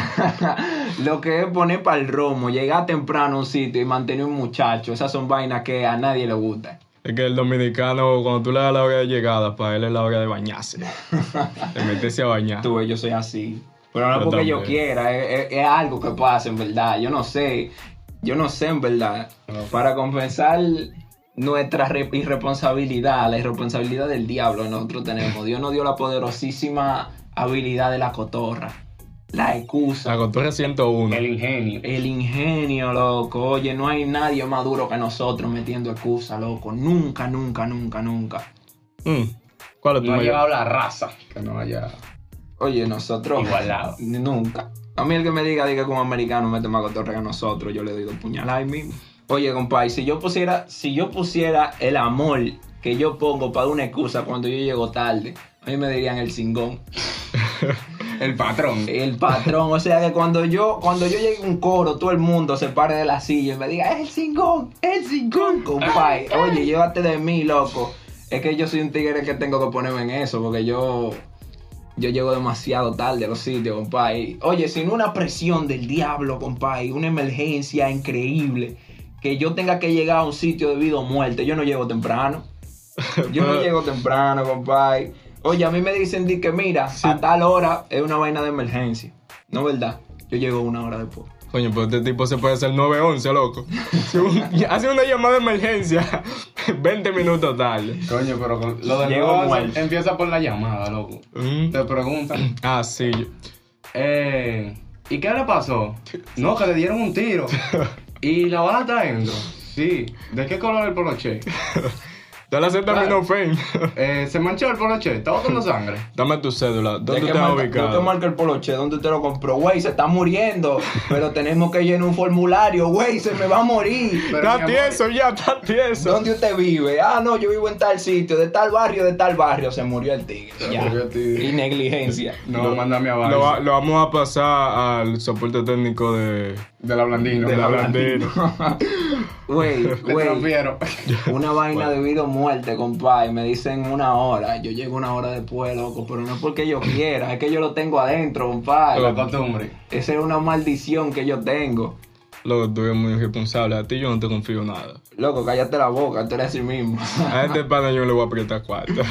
Speaker 1: lo que es poner para el romo, llegar temprano a un sitio y mantener un muchacho, esas son vainas que a nadie le gustan.
Speaker 2: Es que el dominicano, cuando tú le das la hora de llegada, para él es la hora de bañarse. de meterse a bañar.
Speaker 1: Tú, yo soy así. Pero no es
Speaker 2: Yo
Speaker 1: porque yo
Speaker 2: también.
Speaker 1: quiera, es, es- es algo que pasa, en verdad. Yo no sé, yo no sé, en verdad. Para compensar nuestra re- irresponsabilidad, la irresponsabilidad del diablo que nosotros tenemos, Dios nos dio la poderosísima habilidad de la cotorra, la excusa,
Speaker 2: La cotorra 101.
Speaker 3: El ingenio.
Speaker 1: el ingenio, loco. Oye, no hay nadie más duro que nosotros metiendo excusa, loco. Nunca, nunca, nunca, nunca.
Speaker 2: Mm, ¿Cuál es tu
Speaker 3: No ha
Speaker 2: mayor?
Speaker 3: llegado la raza. Que no haya
Speaker 1: Oye, nosotros.
Speaker 3: igualado.
Speaker 1: Nunca. A mí el que me diga, diga que un americano mete más cotorra que nosotros, yo le doy dos puñaladas ahí mismo. Oye, compadre, si yo pusiera, si yo pusiera el amor que yo pongo para una excusa cuando yo llego tarde, a mí me dirían el cingón.
Speaker 3: El patrón.
Speaker 1: El patrón, o sea que cuando yo, cuando yo llegue a un coro, todo el mundo se pare de la silla y me diga, es el cingón, es el cingón, compadre. Oye, llévate de mí, loco. Es que yo soy un tigre que tengo que ponerme en eso, porque yo, yo llego demasiado tarde a los sitios, compadre. Oye, sin una presión del diablo, compadre, una emergencia increíble, que yo tenga que llegar a un sitio de vida o muerte, yo no llego temprano. Yo no
Speaker 2: Pero-
Speaker 1: llego temprano, compadre. Oye, a mí me dicen di que mira, a tal hora es una vaina de emergencia. No verdad. Yo llego una hora después.
Speaker 2: Coño, pero este tipo se puede hacer 911, loco. Si un- Hace una llamada de emergencia 20 minutos tarde.
Speaker 3: Coño, pero con- lo de
Speaker 1: Llegó
Speaker 3: nuevo
Speaker 1: muerto.
Speaker 3: empieza por la llamada, loco.
Speaker 2: Mm.
Speaker 3: Te preguntan,
Speaker 2: Ah, sí.
Speaker 3: eh, ¿y qué le pasó? No, que le dieron un tiro. ¿Y la bala está dentro? Sí. ¿De qué color el poloche?
Speaker 2: Dale acepta mi
Speaker 3: Claro.
Speaker 2: no fame.
Speaker 3: Eh, ¿Se manchó el poloche? ¿Está botando sangre?
Speaker 2: Dame tu cédula.
Speaker 1: ¿De
Speaker 2: ¿Dónde
Speaker 1: qué
Speaker 2: te has
Speaker 1: marca- de qué
Speaker 2: ubicado?
Speaker 1: marca el poloche? ¿Dónde te lo compró? Güey, se está muriendo. Pero tenemos que llenar un formulario. Güey, se me va a morir.
Speaker 3: Pero, mi
Speaker 2: Está
Speaker 3: amor,
Speaker 2: tieso ya, está tieso.
Speaker 1: ¿Dónde usted vive? Ah, no, yo vivo en tal sitio, de tal barrio, de tal barrio. Se murió el tigre.
Speaker 3: Se
Speaker 1: Ya.
Speaker 3: murió el tigre.
Speaker 1: Y negligencia.
Speaker 3: No, mándame a
Speaker 2: Lo, va- lo vamos a pasar al soporte técnico de...
Speaker 3: De la blandina.
Speaker 2: de la
Speaker 3: blandina.
Speaker 2: Blandino.
Speaker 1: Güey,
Speaker 3: De
Speaker 1: güey.
Speaker 3: Trompiero.
Speaker 1: Una vaina de vida o muerte, compadre. Me dicen una hora. Yo llego una hora después, loco. Pero no es porque yo quiera. Es que yo lo tengo adentro,
Speaker 3: La
Speaker 1: compadre.
Speaker 3: costumbre.
Speaker 1: Esa es una maldición que yo tengo.
Speaker 2: Loco, tú eres muy irresponsable. A ti yo no te confío nada.
Speaker 1: Loco, cállate la boca. Tú eres así mismo.
Speaker 2: A este pana yo le voy a apretar cuarto.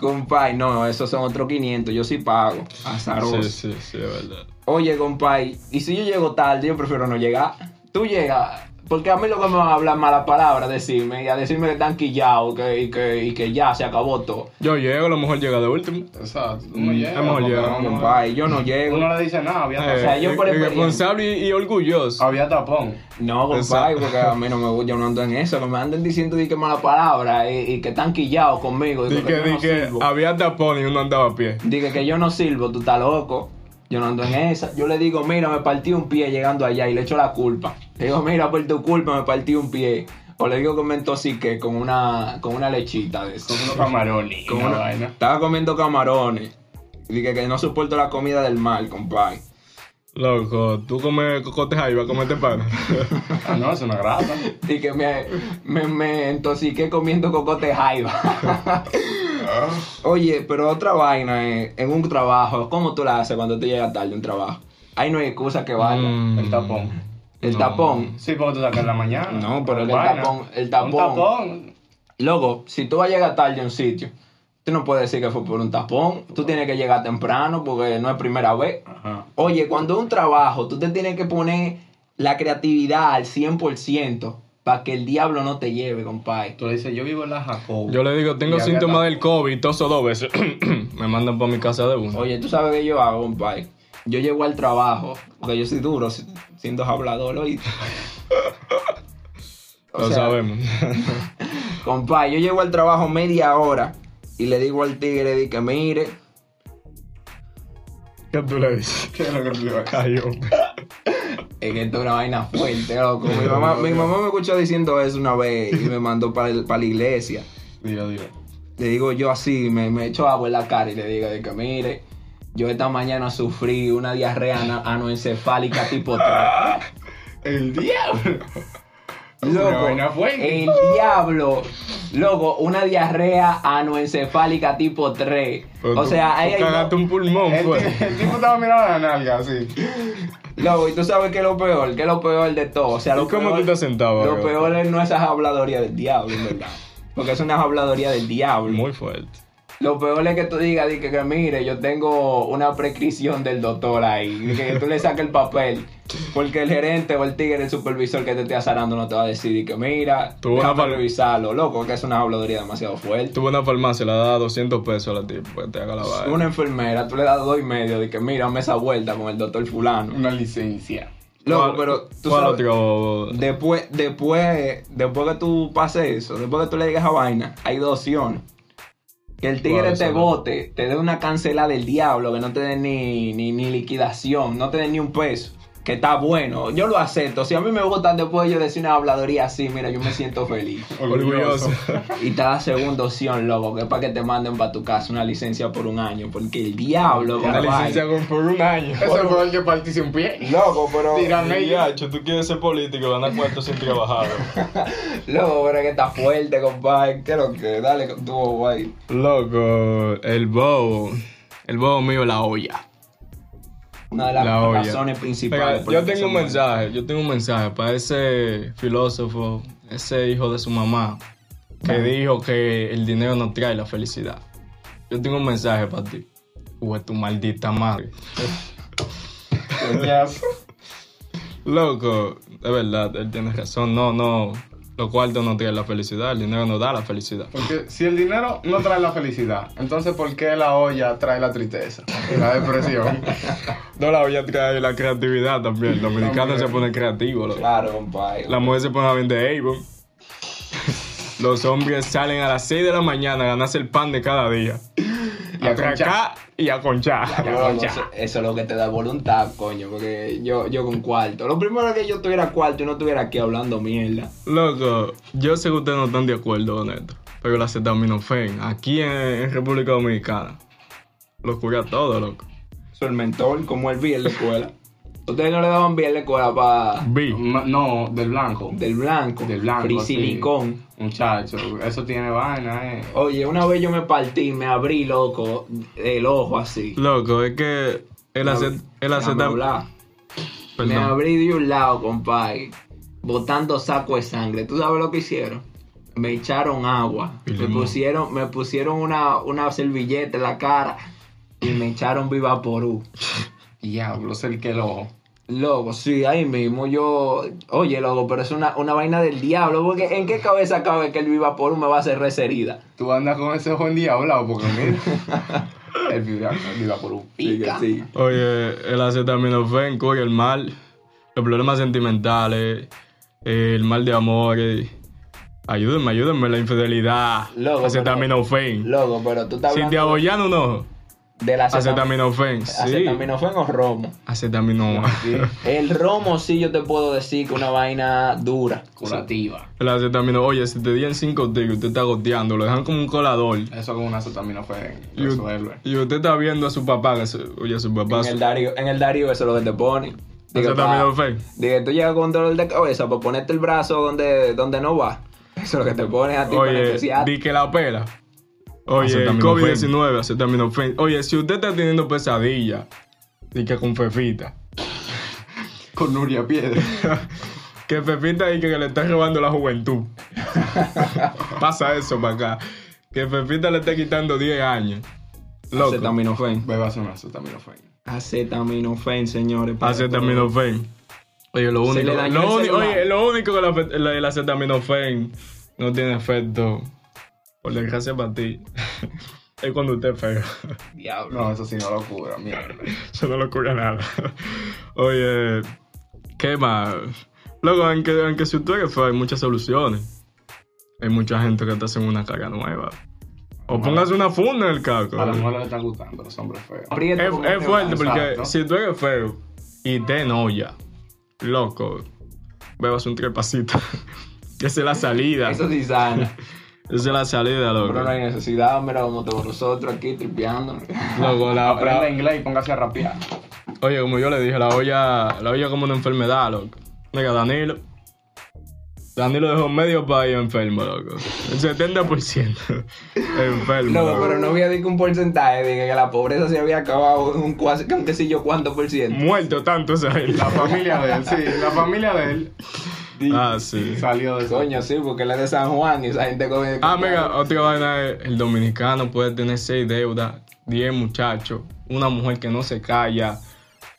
Speaker 1: compadre, no. Esos son otros 500. Yo sí pago. Azaroso.
Speaker 2: sí, sí, sí, es verdad.
Speaker 1: Oye, compadre. Y si yo llego tarde, yo prefiero no llegar. Tú llegas. Porque a mí lo que me van a hablar malas palabras, decirme, y a decirme que están quillados que, y, que, y que ya se acabó todo.
Speaker 2: Yo llego, a lo mejor llega de último.
Speaker 3: Exacto.
Speaker 1: Mm,
Speaker 3: Uno llega.
Speaker 2: hemos
Speaker 3: porque
Speaker 2: llegado,
Speaker 3: no- no-
Speaker 1: Compadre, yo no llego.
Speaker 3: Uno le dice nada, había
Speaker 1: sea,
Speaker 2: Eh,
Speaker 1: yo por experiencia- Ah,
Speaker 2: irresponsable y, y orgulloso.
Speaker 3: Había tapón.
Speaker 1: No, compadre,
Speaker 2: Exacto.
Speaker 1: porque a mí no me gusta, yo no ando en eso, que me anden diciendo di que mala palabra y, y que están quillados conmigo.
Speaker 2: Di que,
Speaker 1: yo
Speaker 2: di
Speaker 1: no
Speaker 2: que
Speaker 1: sirvo.
Speaker 2: había tapón y uno andaba a pie.
Speaker 1: Di que- que yo no sirvo, tú estás loco. Yo no ando en esa. Yo le digo, mira, me partí un pie llegando allá y le echo la culpa. Le digo, mira, por tu culpa me partí un pie. O le digo que me intoxiqué con una, con una lechita de eso.
Speaker 3: Con unos camarones.
Speaker 1: Con
Speaker 3: una
Speaker 1: una-
Speaker 3: vaina.
Speaker 1: Estaba comiendo camarones. Dije que no soporto la comida del mar, compadre.
Speaker 2: Loco, tú comes cocotes ahí, vas a comerte pana.
Speaker 3: Ah, no, es una grasa.
Speaker 1: Y que me, me, me intoxiqué comiendo cocote
Speaker 2: Ah.
Speaker 1: jaiba. Oye, pero otra vaina eh, en un trabajo, ¿cómo tú la haces cuando te llegas tarde a un trabajo? Ahí no hay excusa que valga.
Speaker 2: Mm.
Speaker 3: El tapón.
Speaker 1: El
Speaker 2: No.
Speaker 1: tapón.
Speaker 3: Sí, porque tú sacas en la mañana.
Speaker 1: No, pero el
Speaker 3: Vaina.
Speaker 1: tapón- el
Speaker 3: Un
Speaker 1: tapón.
Speaker 3: tapón.
Speaker 1: Loco, si tú vas a llegar tarde a un sitio, tú no puedes decir que fue por un tapón. Tú tienes que llegar temprano porque no es primera vez.
Speaker 3: Ajá.
Speaker 1: Oye, cuando es un trabajo, tú te tienes que poner la creatividad al 100% para que el diablo no te lleve, compadre.
Speaker 3: Tú le dices, yo vivo en la Jacob.
Speaker 2: Yo le digo, tengo
Speaker 3: Y había
Speaker 2: síntomas
Speaker 3: tapón.
Speaker 2: del COVID, toso dos veces. me mandan para mi casa de uno.
Speaker 1: Oye, tú sabes qué yo hago, compadre. Yo llego al trabajo, porque yo soy duro si- siendo hablador hoy.
Speaker 2: Lo sabemos.
Speaker 1: Compadre, yo llego al trabajo media hora y le digo al tigre, di que mire,
Speaker 2: ¿Qué tú le dices?
Speaker 3: ¿Qué es lo que tú le vas a hacer?
Speaker 2: Cayó.
Speaker 1: Es que esto es una vaina fuerte, loco. Mi mamá, mi mamá me escuchó diciendo eso una vez y me mandó para la iglesia.
Speaker 3: Dilo, dilo.
Speaker 1: Le digo yo así, me, me echo agua en la cara y le digo de que mire, yo esta mañana sufrí una diarrea ana- anoencefálica tipo 3.
Speaker 3: El diablo. Una vaina
Speaker 1: Loco, Eh,
Speaker 3: fuerte.
Speaker 1: el diablo. Loco, una diarrea anoencefálica tipo 3.
Speaker 2: Pues
Speaker 1: O sea, ahí hay...
Speaker 2: Cagaste un pulmón,
Speaker 3: El,
Speaker 2: pues.
Speaker 3: ti- el tipo estaba mirando la nalga así.
Speaker 1: Loco, y tú sabes que es lo peor, que es lo peor de todo. O sea, lo
Speaker 2: ¿Y cómo
Speaker 1: peor,
Speaker 2: tú te sentabas,
Speaker 1: Lo
Speaker 2: bro?
Speaker 1: peor es no esas habladorías del diablo, en verdad. Porque es una habladoría del diablo.
Speaker 2: Muy fuerte.
Speaker 1: Lo peor es que tú digas, di que, que mire, yo tengo una prescripción del doctor ahí. Di Que, tú le saques el papel. Porque el gerente o el tigre, el supervisor que te esté azarando no te va a decir di que mira,
Speaker 2: Tú una
Speaker 1: déjame
Speaker 2: pal-
Speaker 1: revisarlo. Loco, que es una habladoría demasiado fuerte.
Speaker 2: Tuve una farmacia, le da 200 pesos a la tipa para que te haga la vaina.
Speaker 1: Una enfermera, tú le das dos y medio, de que mira, hazme esa vuelta con el doctor fulano.
Speaker 3: Una licencia.
Speaker 1: Loco,
Speaker 2: ¿Cuál-
Speaker 1: pero tú
Speaker 2: ¿Cuál
Speaker 1: sabes-
Speaker 2: otro?
Speaker 1: Después, después, después que tú pases eso, después que tú le digas a vaina, hay dos opciones. Que el tigre
Speaker 2: ¿Cuáles
Speaker 1: te
Speaker 2: son?
Speaker 1: bote, te dé una cancelada del diablo, que no te dé ni, ni, ni liquidación, no te dé ni un peso. Que está bueno, yo lo acepto. Si a mí me gustan después yo decir una habladoría así, mira, yo me siento feliz.
Speaker 2: Orgulloso.
Speaker 1: Y está la segunda opción, loco, que es para que te manden para tu casa una licencia por un año, porque el diablo,
Speaker 2: Una
Speaker 1: compadre.
Speaker 2: licencia con- por un año.
Speaker 3: Eso fue el que partició un pie.
Speaker 1: Loco, pero.
Speaker 3: Tírame ella.
Speaker 2: Yacho, tú quieres ser político y ganar cuarto sin trabajar.
Speaker 1: Loco, pero que está fuerte, compadre. ¿Qué es lo que? Dale, tú, guay.
Speaker 2: Loco, el bobo. El bobo mío, la olla.
Speaker 1: Una de las
Speaker 2: La olla.
Speaker 1: razones
Speaker 2: Venga,
Speaker 1: principales. por
Speaker 2: yo
Speaker 1: las que
Speaker 2: tengo un
Speaker 1: se muere.
Speaker 2: mensaje, yo tengo un mensaje para ese filósofo, ese hijo de su mamá, que dijo que el dinero no trae la felicidad. Yo tengo un mensaje para ti. Hue tu maldita madre.
Speaker 3: Yes.
Speaker 2: Loco, de verdad, él tiene razón. No, no. Lo cuarto no trae la felicidad, el dinero no da la felicidad.
Speaker 3: Porque si el dinero no trae la felicidad, entonces ¿por qué la olla trae la tristeza y la depresión?
Speaker 2: No, la olla trae la creatividad también. Los dominicanos se ponen creativos. loco.
Speaker 1: Claro, compadre.
Speaker 2: La mujer se pone a vender Avon. Los hombres salen a las 6 de la mañana a ganarse el pan de cada día.
Speaker 3: Y
Speaker 2: Y
Speaker 3: a
Speaker 2: a atracar y a conchar.
Speaker 1: Loco, eso, eso es lo que te da voluntad, coño. Porque yo, yo con cuarto. Lo primero es que yo tuviera cuarto y no estuviera aquí hablando mierda.
Speaker 2: Loco, yo sé que ustedes no están de acuerdo con esto, pero la acetaminofén, aquí en, en República Dominicana, lo cura todo, loco.
Speaker 1: Soy el mentor, como el vi en la escuela. Ustedes no le daban bien en la escuela para.
Speaker 2: Vi,
Speaker 3: Ma- No, del blanco.
Speaker 1: Del blanco.
Speaker 3: Del blanco.
Speaker 1: Frisilicón.
Speaker 3: sí. Muchacho, eso tiene vaina, eh.
Speaker 1: Oye, una vez yo me partí, me abrí, loco, el ojo así.
Speaker 2: loco, es que el, acet, el
Speaker 1: Déjame
Speaker 2: acetam-
Speaker 1: hablar. Me
Speaker 2: perdón.
Speaker 1: abrí de un lado, compadre, botando saco de sangre. ¿Tú sabes lo que hicieron? Me echaron agua.
Speaker 2: Y
Speaker 1: Me
Speaker 2: limón.
Speaker 1: pusieron, me pusieron una, una servilleta en la cara y me echaron viva porú.
Speaker 3: Diablo, es el que el ojo.
Speaker 1: Loco, sí, ahí mismo yo. Oye, loco, pero es una, una vaina del diablo. Porque ¿en qué cabeza cabe que el viva porú me va a hacer reserida?
Speaker 3: Tú andas con ese ojo endiablado porque mira. el viva, el viva por un pica.
Speaker 1: sí.
Speaker 2: Oye, el acetaminofén cura el mal, los problemas sentimentales, el mal de amores. Ayúdenme, ayúdenme, la infidelidad.
Speaker 1: Loco,
Speaker 2: acetaminofén.
Speaker 1: Loco, pero tú estás
Speaker 2: Si te
Speaker 1: hablando
Speaker 2: abollan un ojo,
Speaker 1: de la
Speaker 2: acetaminofén. Sí.
Speaker 1: acetaminofén o romo.
Speaker 3: Sí,
Speaker 2: Acetaminofén.
Speaker 1: El romo sí yo te puedo decir que una vaina dura.
Speaker 3: curativa.
Speaker 2: El acetamino, oye, si te dieron cinco tiros, usted está goteando, lo dejan como un colador.
Speaker 3: Eso con una acetaminofén
Speaker 2: Y, u-
Speaker 3: resuelve.
Speaker 2: y usted está viendo a su papá, que su- oye, su papá.
Speaker 1: En el Darío, en el Darío eso es lo que te pone. Digo, pa-
Speaker 2: Acetaminofén.
Speaker 1: digo, tú llegas con dolor de cabeza para ponerte el brazo donde, donde no va. Eso es lo que te pone a ti para
Speaker 2: Oye,
Speaker 1: anestesiar.
Speaker 2: di que la pela. Oye,
Speaker 4: Acetaminofén.
Speaker 2: COVID-19, acetaminofén. Oye, si usted está teniendo pesadilla, di que con fefita.
Speaker 3: con Nuria Piedra.
Speaker 2: Que Pepita dice que le está robando la juventud. Pasa eso para acá. Que Pepita le está quitando 10 años. Loco.
Speaker 1: Acetaminofén.
Speaker 3: Bebas un acetaminofén.
Speaker 1: Acetaminofén, señores. para todo.
Speaker 2: Acetaminofén. Oye, lo
Speaker 1: Se
Speaker 2: único,
Speaker 1: le dañó
Speaker 2: lo
Speaker 1: el
Speaker 2: uni-
Speaker 1: celular.
Speaker 2: oye, lo único que la fe- la- el acetaminofén no tiene efecto, por desgracia para ti, es cuando usted pega.
Speaker 1: Diablo.
Speaker 3: No, eso sí no lo cubro, mierda.
Speaker 2: Eso no lo cura nada. Oye, qué mal. Luego, aunque, aunque si tú eres feo, hay muchas soluciones. Hay mucha gente que te hacen una carga nueva. O póngase una funda en el caco.
Speaker 3: A las mujeres le están gustando los hombres feos.
Speaker 1: Aprieta
Speaker 2: Es,
Speaker 1: como
Speaker 2: es
Speaker 1: te
Speaker 2: fuerte
Speaker 1: vas.
Speaker 2: porque
Speaker 3: exacto.
Speaker 2: si tú eres feo y te enoja, loco, bebas un trepacito. Esa es la salida. Esa
Speaker 1: Eso sí sana.
Speaker 2: es la salida, loco.
Speaker 1: Pero no hay necesidad, mira como todos nosotros aquí tripeando.
Speaker 2: Loco, la- la-
Speaker 3: Aprenda inglés y póngase a rapear.
Speaker 2: oye, como yo le dije, la olla, la olla es como una enfermedad, loco. Mira, Danilo. Danilo dejó medio país enfermo, loco. El 70% enfermo.
Speaker 1: Loco,
Speaker 2: loco.
Speaker 1: pero no había dicho un porcentaje, dije que la pobreza se había acabado en un cuasi, que aunque sé yo cuánto por ciento.
Speaker 2: Muerto tanto esa gente.
Speaker 3: La familia de él, sí, la familia de él
Speaker 2: Ah, sí.
Speaker 3: salió de eso.
Speaker 1: Coño, sí, porque él es de San Juan y esa gente come.
Speaker 2: Ah, mira, otra vaina es, el dominicano puede tener seis deudas, diez muchachos, una mujer que no se calla,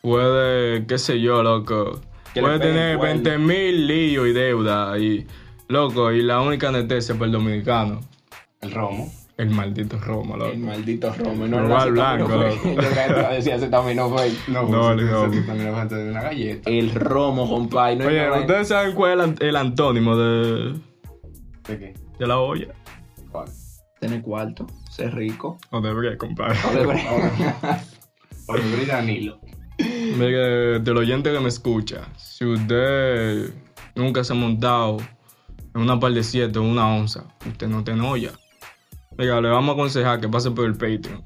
Speaker 2: puede, qué sé yo, loco,
Speaker 1: Que le
Speaker 2: puede
Speaker 1: peguen
Speaker 2: tener
Speaker 1: cuerno.
Speaker 2: 20 mil líos y deuda, y loco, y la única anestesia para el dominicano,
Speaker 3: El romo.
Speaker 2: el maldito Roma,
Speaker 1: El
Speaker 2: loco.
Speaker 1: maldito Rome, no
Speaker 2: Normal
Speaker 1: el
Speaker 2: blanco,
Speaker 1: acetaminofén. Yo creo que decía acetaminofén.
Speaker 3: No,
Speaker 2: No,
Speaker 3: no,
Speaker 2: no.
Speaker 3: no. También gente de una galleta.
Speaker 1: El romo, compadre. No hay
Speaker 2: Oye,
Speaker 1: nada-
Speaker 2: ¿ustedes saben cuál es el, an- el antónimo de,
Speaker 3: ¿De qué?
Speaker 2: de la olla?
Speaker 3: ¿Cuál?
Speaker 1: Tener cuarto, ser rico.
Speaker 2: No debería compadre.
Speaker 3: Por el Danilo.
Speaker 2: Mire, del oyente que me escucha, si usted nunca se ha montado en una par de siete o una onza, usted no te enoja. Mira, le vamos a aconsejar que pase por el Patreon.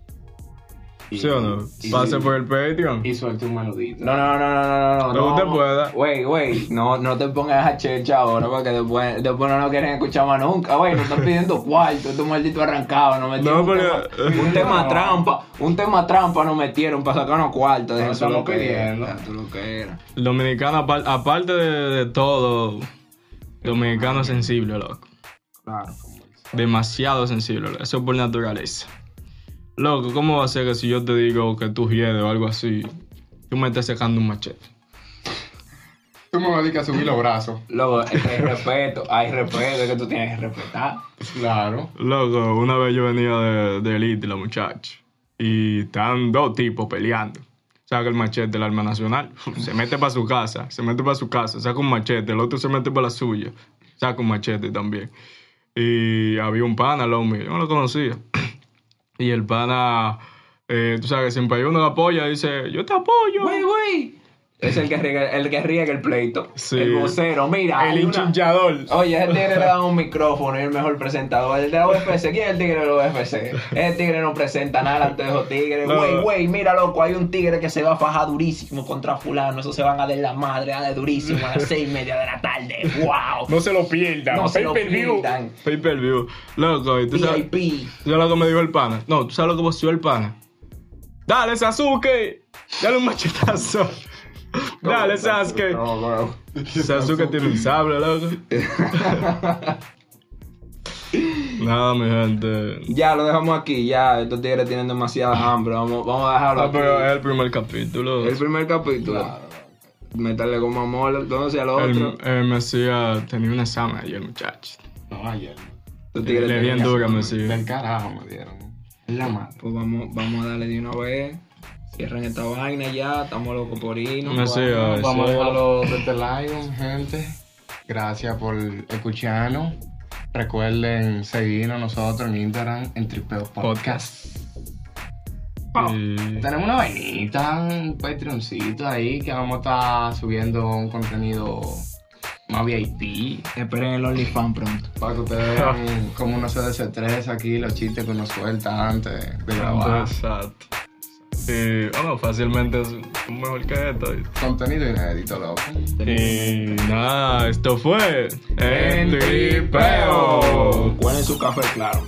Speaker 3: Y-
Speaker 2: ¿Sí o no?
Speaker 3: y-
Speaker 2: Pase por el Patreon.
Speaker 3: Y suelte un menudito.
Speaker 1: No, no, no, no, no, no.
Speaker 2: Lo que
Speaker 1: no.
Speaker 2: usted pueda.
Speaker 1: Güey, güey, no, no te pongas a checha ahora porque después, después no lo quieren escuchar más nunca. Güey, no estás pidiendo cuarto, estos malditos arrancados. No metieron
Speaker 2: No,
Speaker 1: un
Speaker 2: pero-
Speaker 1: tema, un tema
Speaker 3: No.
Speaker 1: trampa, un tema trampa nos metieron para sacarnos cuartos.
Speaker 3: No,
Speaker 1: eso
Speaker 3: estamos
Speaker 1: lo que era,
Speaker 3: pidiendo.
Speaker 1: eso lo que era.
Speaker 2: El dominicano, apar- aparte de, de todo, el dominicano es sensible, loco.
Speaker 1: Claro.
Speaker 2: Demasiado sensible, loco. Eso es por naturaleza. Loco, ¿cómo va a ser que si yo te digo que tú hiedes o algo así, tú me estás sacando un machete?
Speaker 3: Tú me vas a decir que a subir los brazos.
Speaker 1: Luego, es que hay respeto, hay respeto, es que tú tienes que respetar.
Speaker 3: Claro.
Speaker 2: Loco, una vez yo venía de, de Elite, la muchacha, y están dos tipos peleando. Saca el machete del arma nacional, se mete para su casa, se mete para su casa, saca un machete, el otro se mete para la suya, saca un machete también. Y había un pana, lo mío, yo no lo conocía. Y el pana, eh, tú sabes, siempre hay uno que apoya, dice, yo te apoyo.
Speaker 1: Güey, güey. Es el que riega el, que riega el pleito.
Speaker 2: Sí.
Speaker 1: El vocero, mira.
Speaker 2: el
Speaker 1: hay una-
Speaker 2: hinchillador.
Speaker 1: Oye, ese tigre le da un micrófono y el mejor presentador. El de la UFC, ¿quién es el tigre de la UFC? El tigre no presenta nada ante esos tigres.
Speaker 2: No.
Speaker 1: Güey, güey, mira, loco, hay un tigre que se va a fajar durísimo contra fulano. Eso se van a dar la madre, a dar durísimo a las seis y media de la tarde. ¡Wow!
Speaker 2: No se lo pierdan.
Speaker 1: No se lo pierdan.
Speaker 2: Pay per view. Loco, y tú sabes...
Speaker 1: VIP.
Speaker 2: ¿Tú sabes lo que me dijo el pana? No, ¿tú sabes lo que voció el pana? ¡Dale, Sasuke! ¡Dale un machetazo! ¡Dale, Sasuke!
Speaker 3: No, bro.
Speaker 2: Sasuke tiene un sable, loco. Nada, mi gente.
Speaker 1: Ya, lo dejamos aquí. Ya, estos tigres tienen demasiada hambre. Vamos, vamos a dejarlo
Speaker 2: Ah, pero
Speaker 1: aquí.
Speaker 2: es el primer capítulo.
Speaker 1: El primer capítulo. Meterle como amor entonces al
Speaker 2: El-
Speaker 1: otro.
Speaker 2: eh, me hacía... Tenía un examen ayer, muchacho.
Speaker 3: No, ayer.
Speaker 1: Estos tigres
Speaker 2: Le di
Speaker 1: tienen-
Speaker 2: en dura, me hacía.
Speaker 3: Del carajo me dieron. Es la madre.
Speaker 1: Pues vamos, vamos a darle de una vez. Cierran esta vaina ya, estamos locos por irnos.
Speaker 2: Me hacía...
Speaker 3: Vamos a
Speaker 2: sí.
Speaker 3: dejarlo desde el aire, gente. Gracias por escucharnos. Recuerden seguirnos nosotros en Instagram, en Tripeo Podcast.
Speaker 2: Y-
Speaker 3: Tenemos una vainita, un Patreoncito ahí que vamos a estar subiendo un contenido más VIP.
Speaker 1: Esperen el OnlyFans pronto.
Speaker 3: Para que ustedes vean cómo uno se desestresa aquí, los chistes que uno suelta antes de grabar.
Speaker 2: Exacto. Y, bueno, fácilmente es mejor que esto. ¿viste?
Speaker 3: Contenido inédito, loco.
Speaker 2: Y nada, esto fue
Speaker 3: En Tripeo.
Speaker 1: ¿Cuál es su café claro?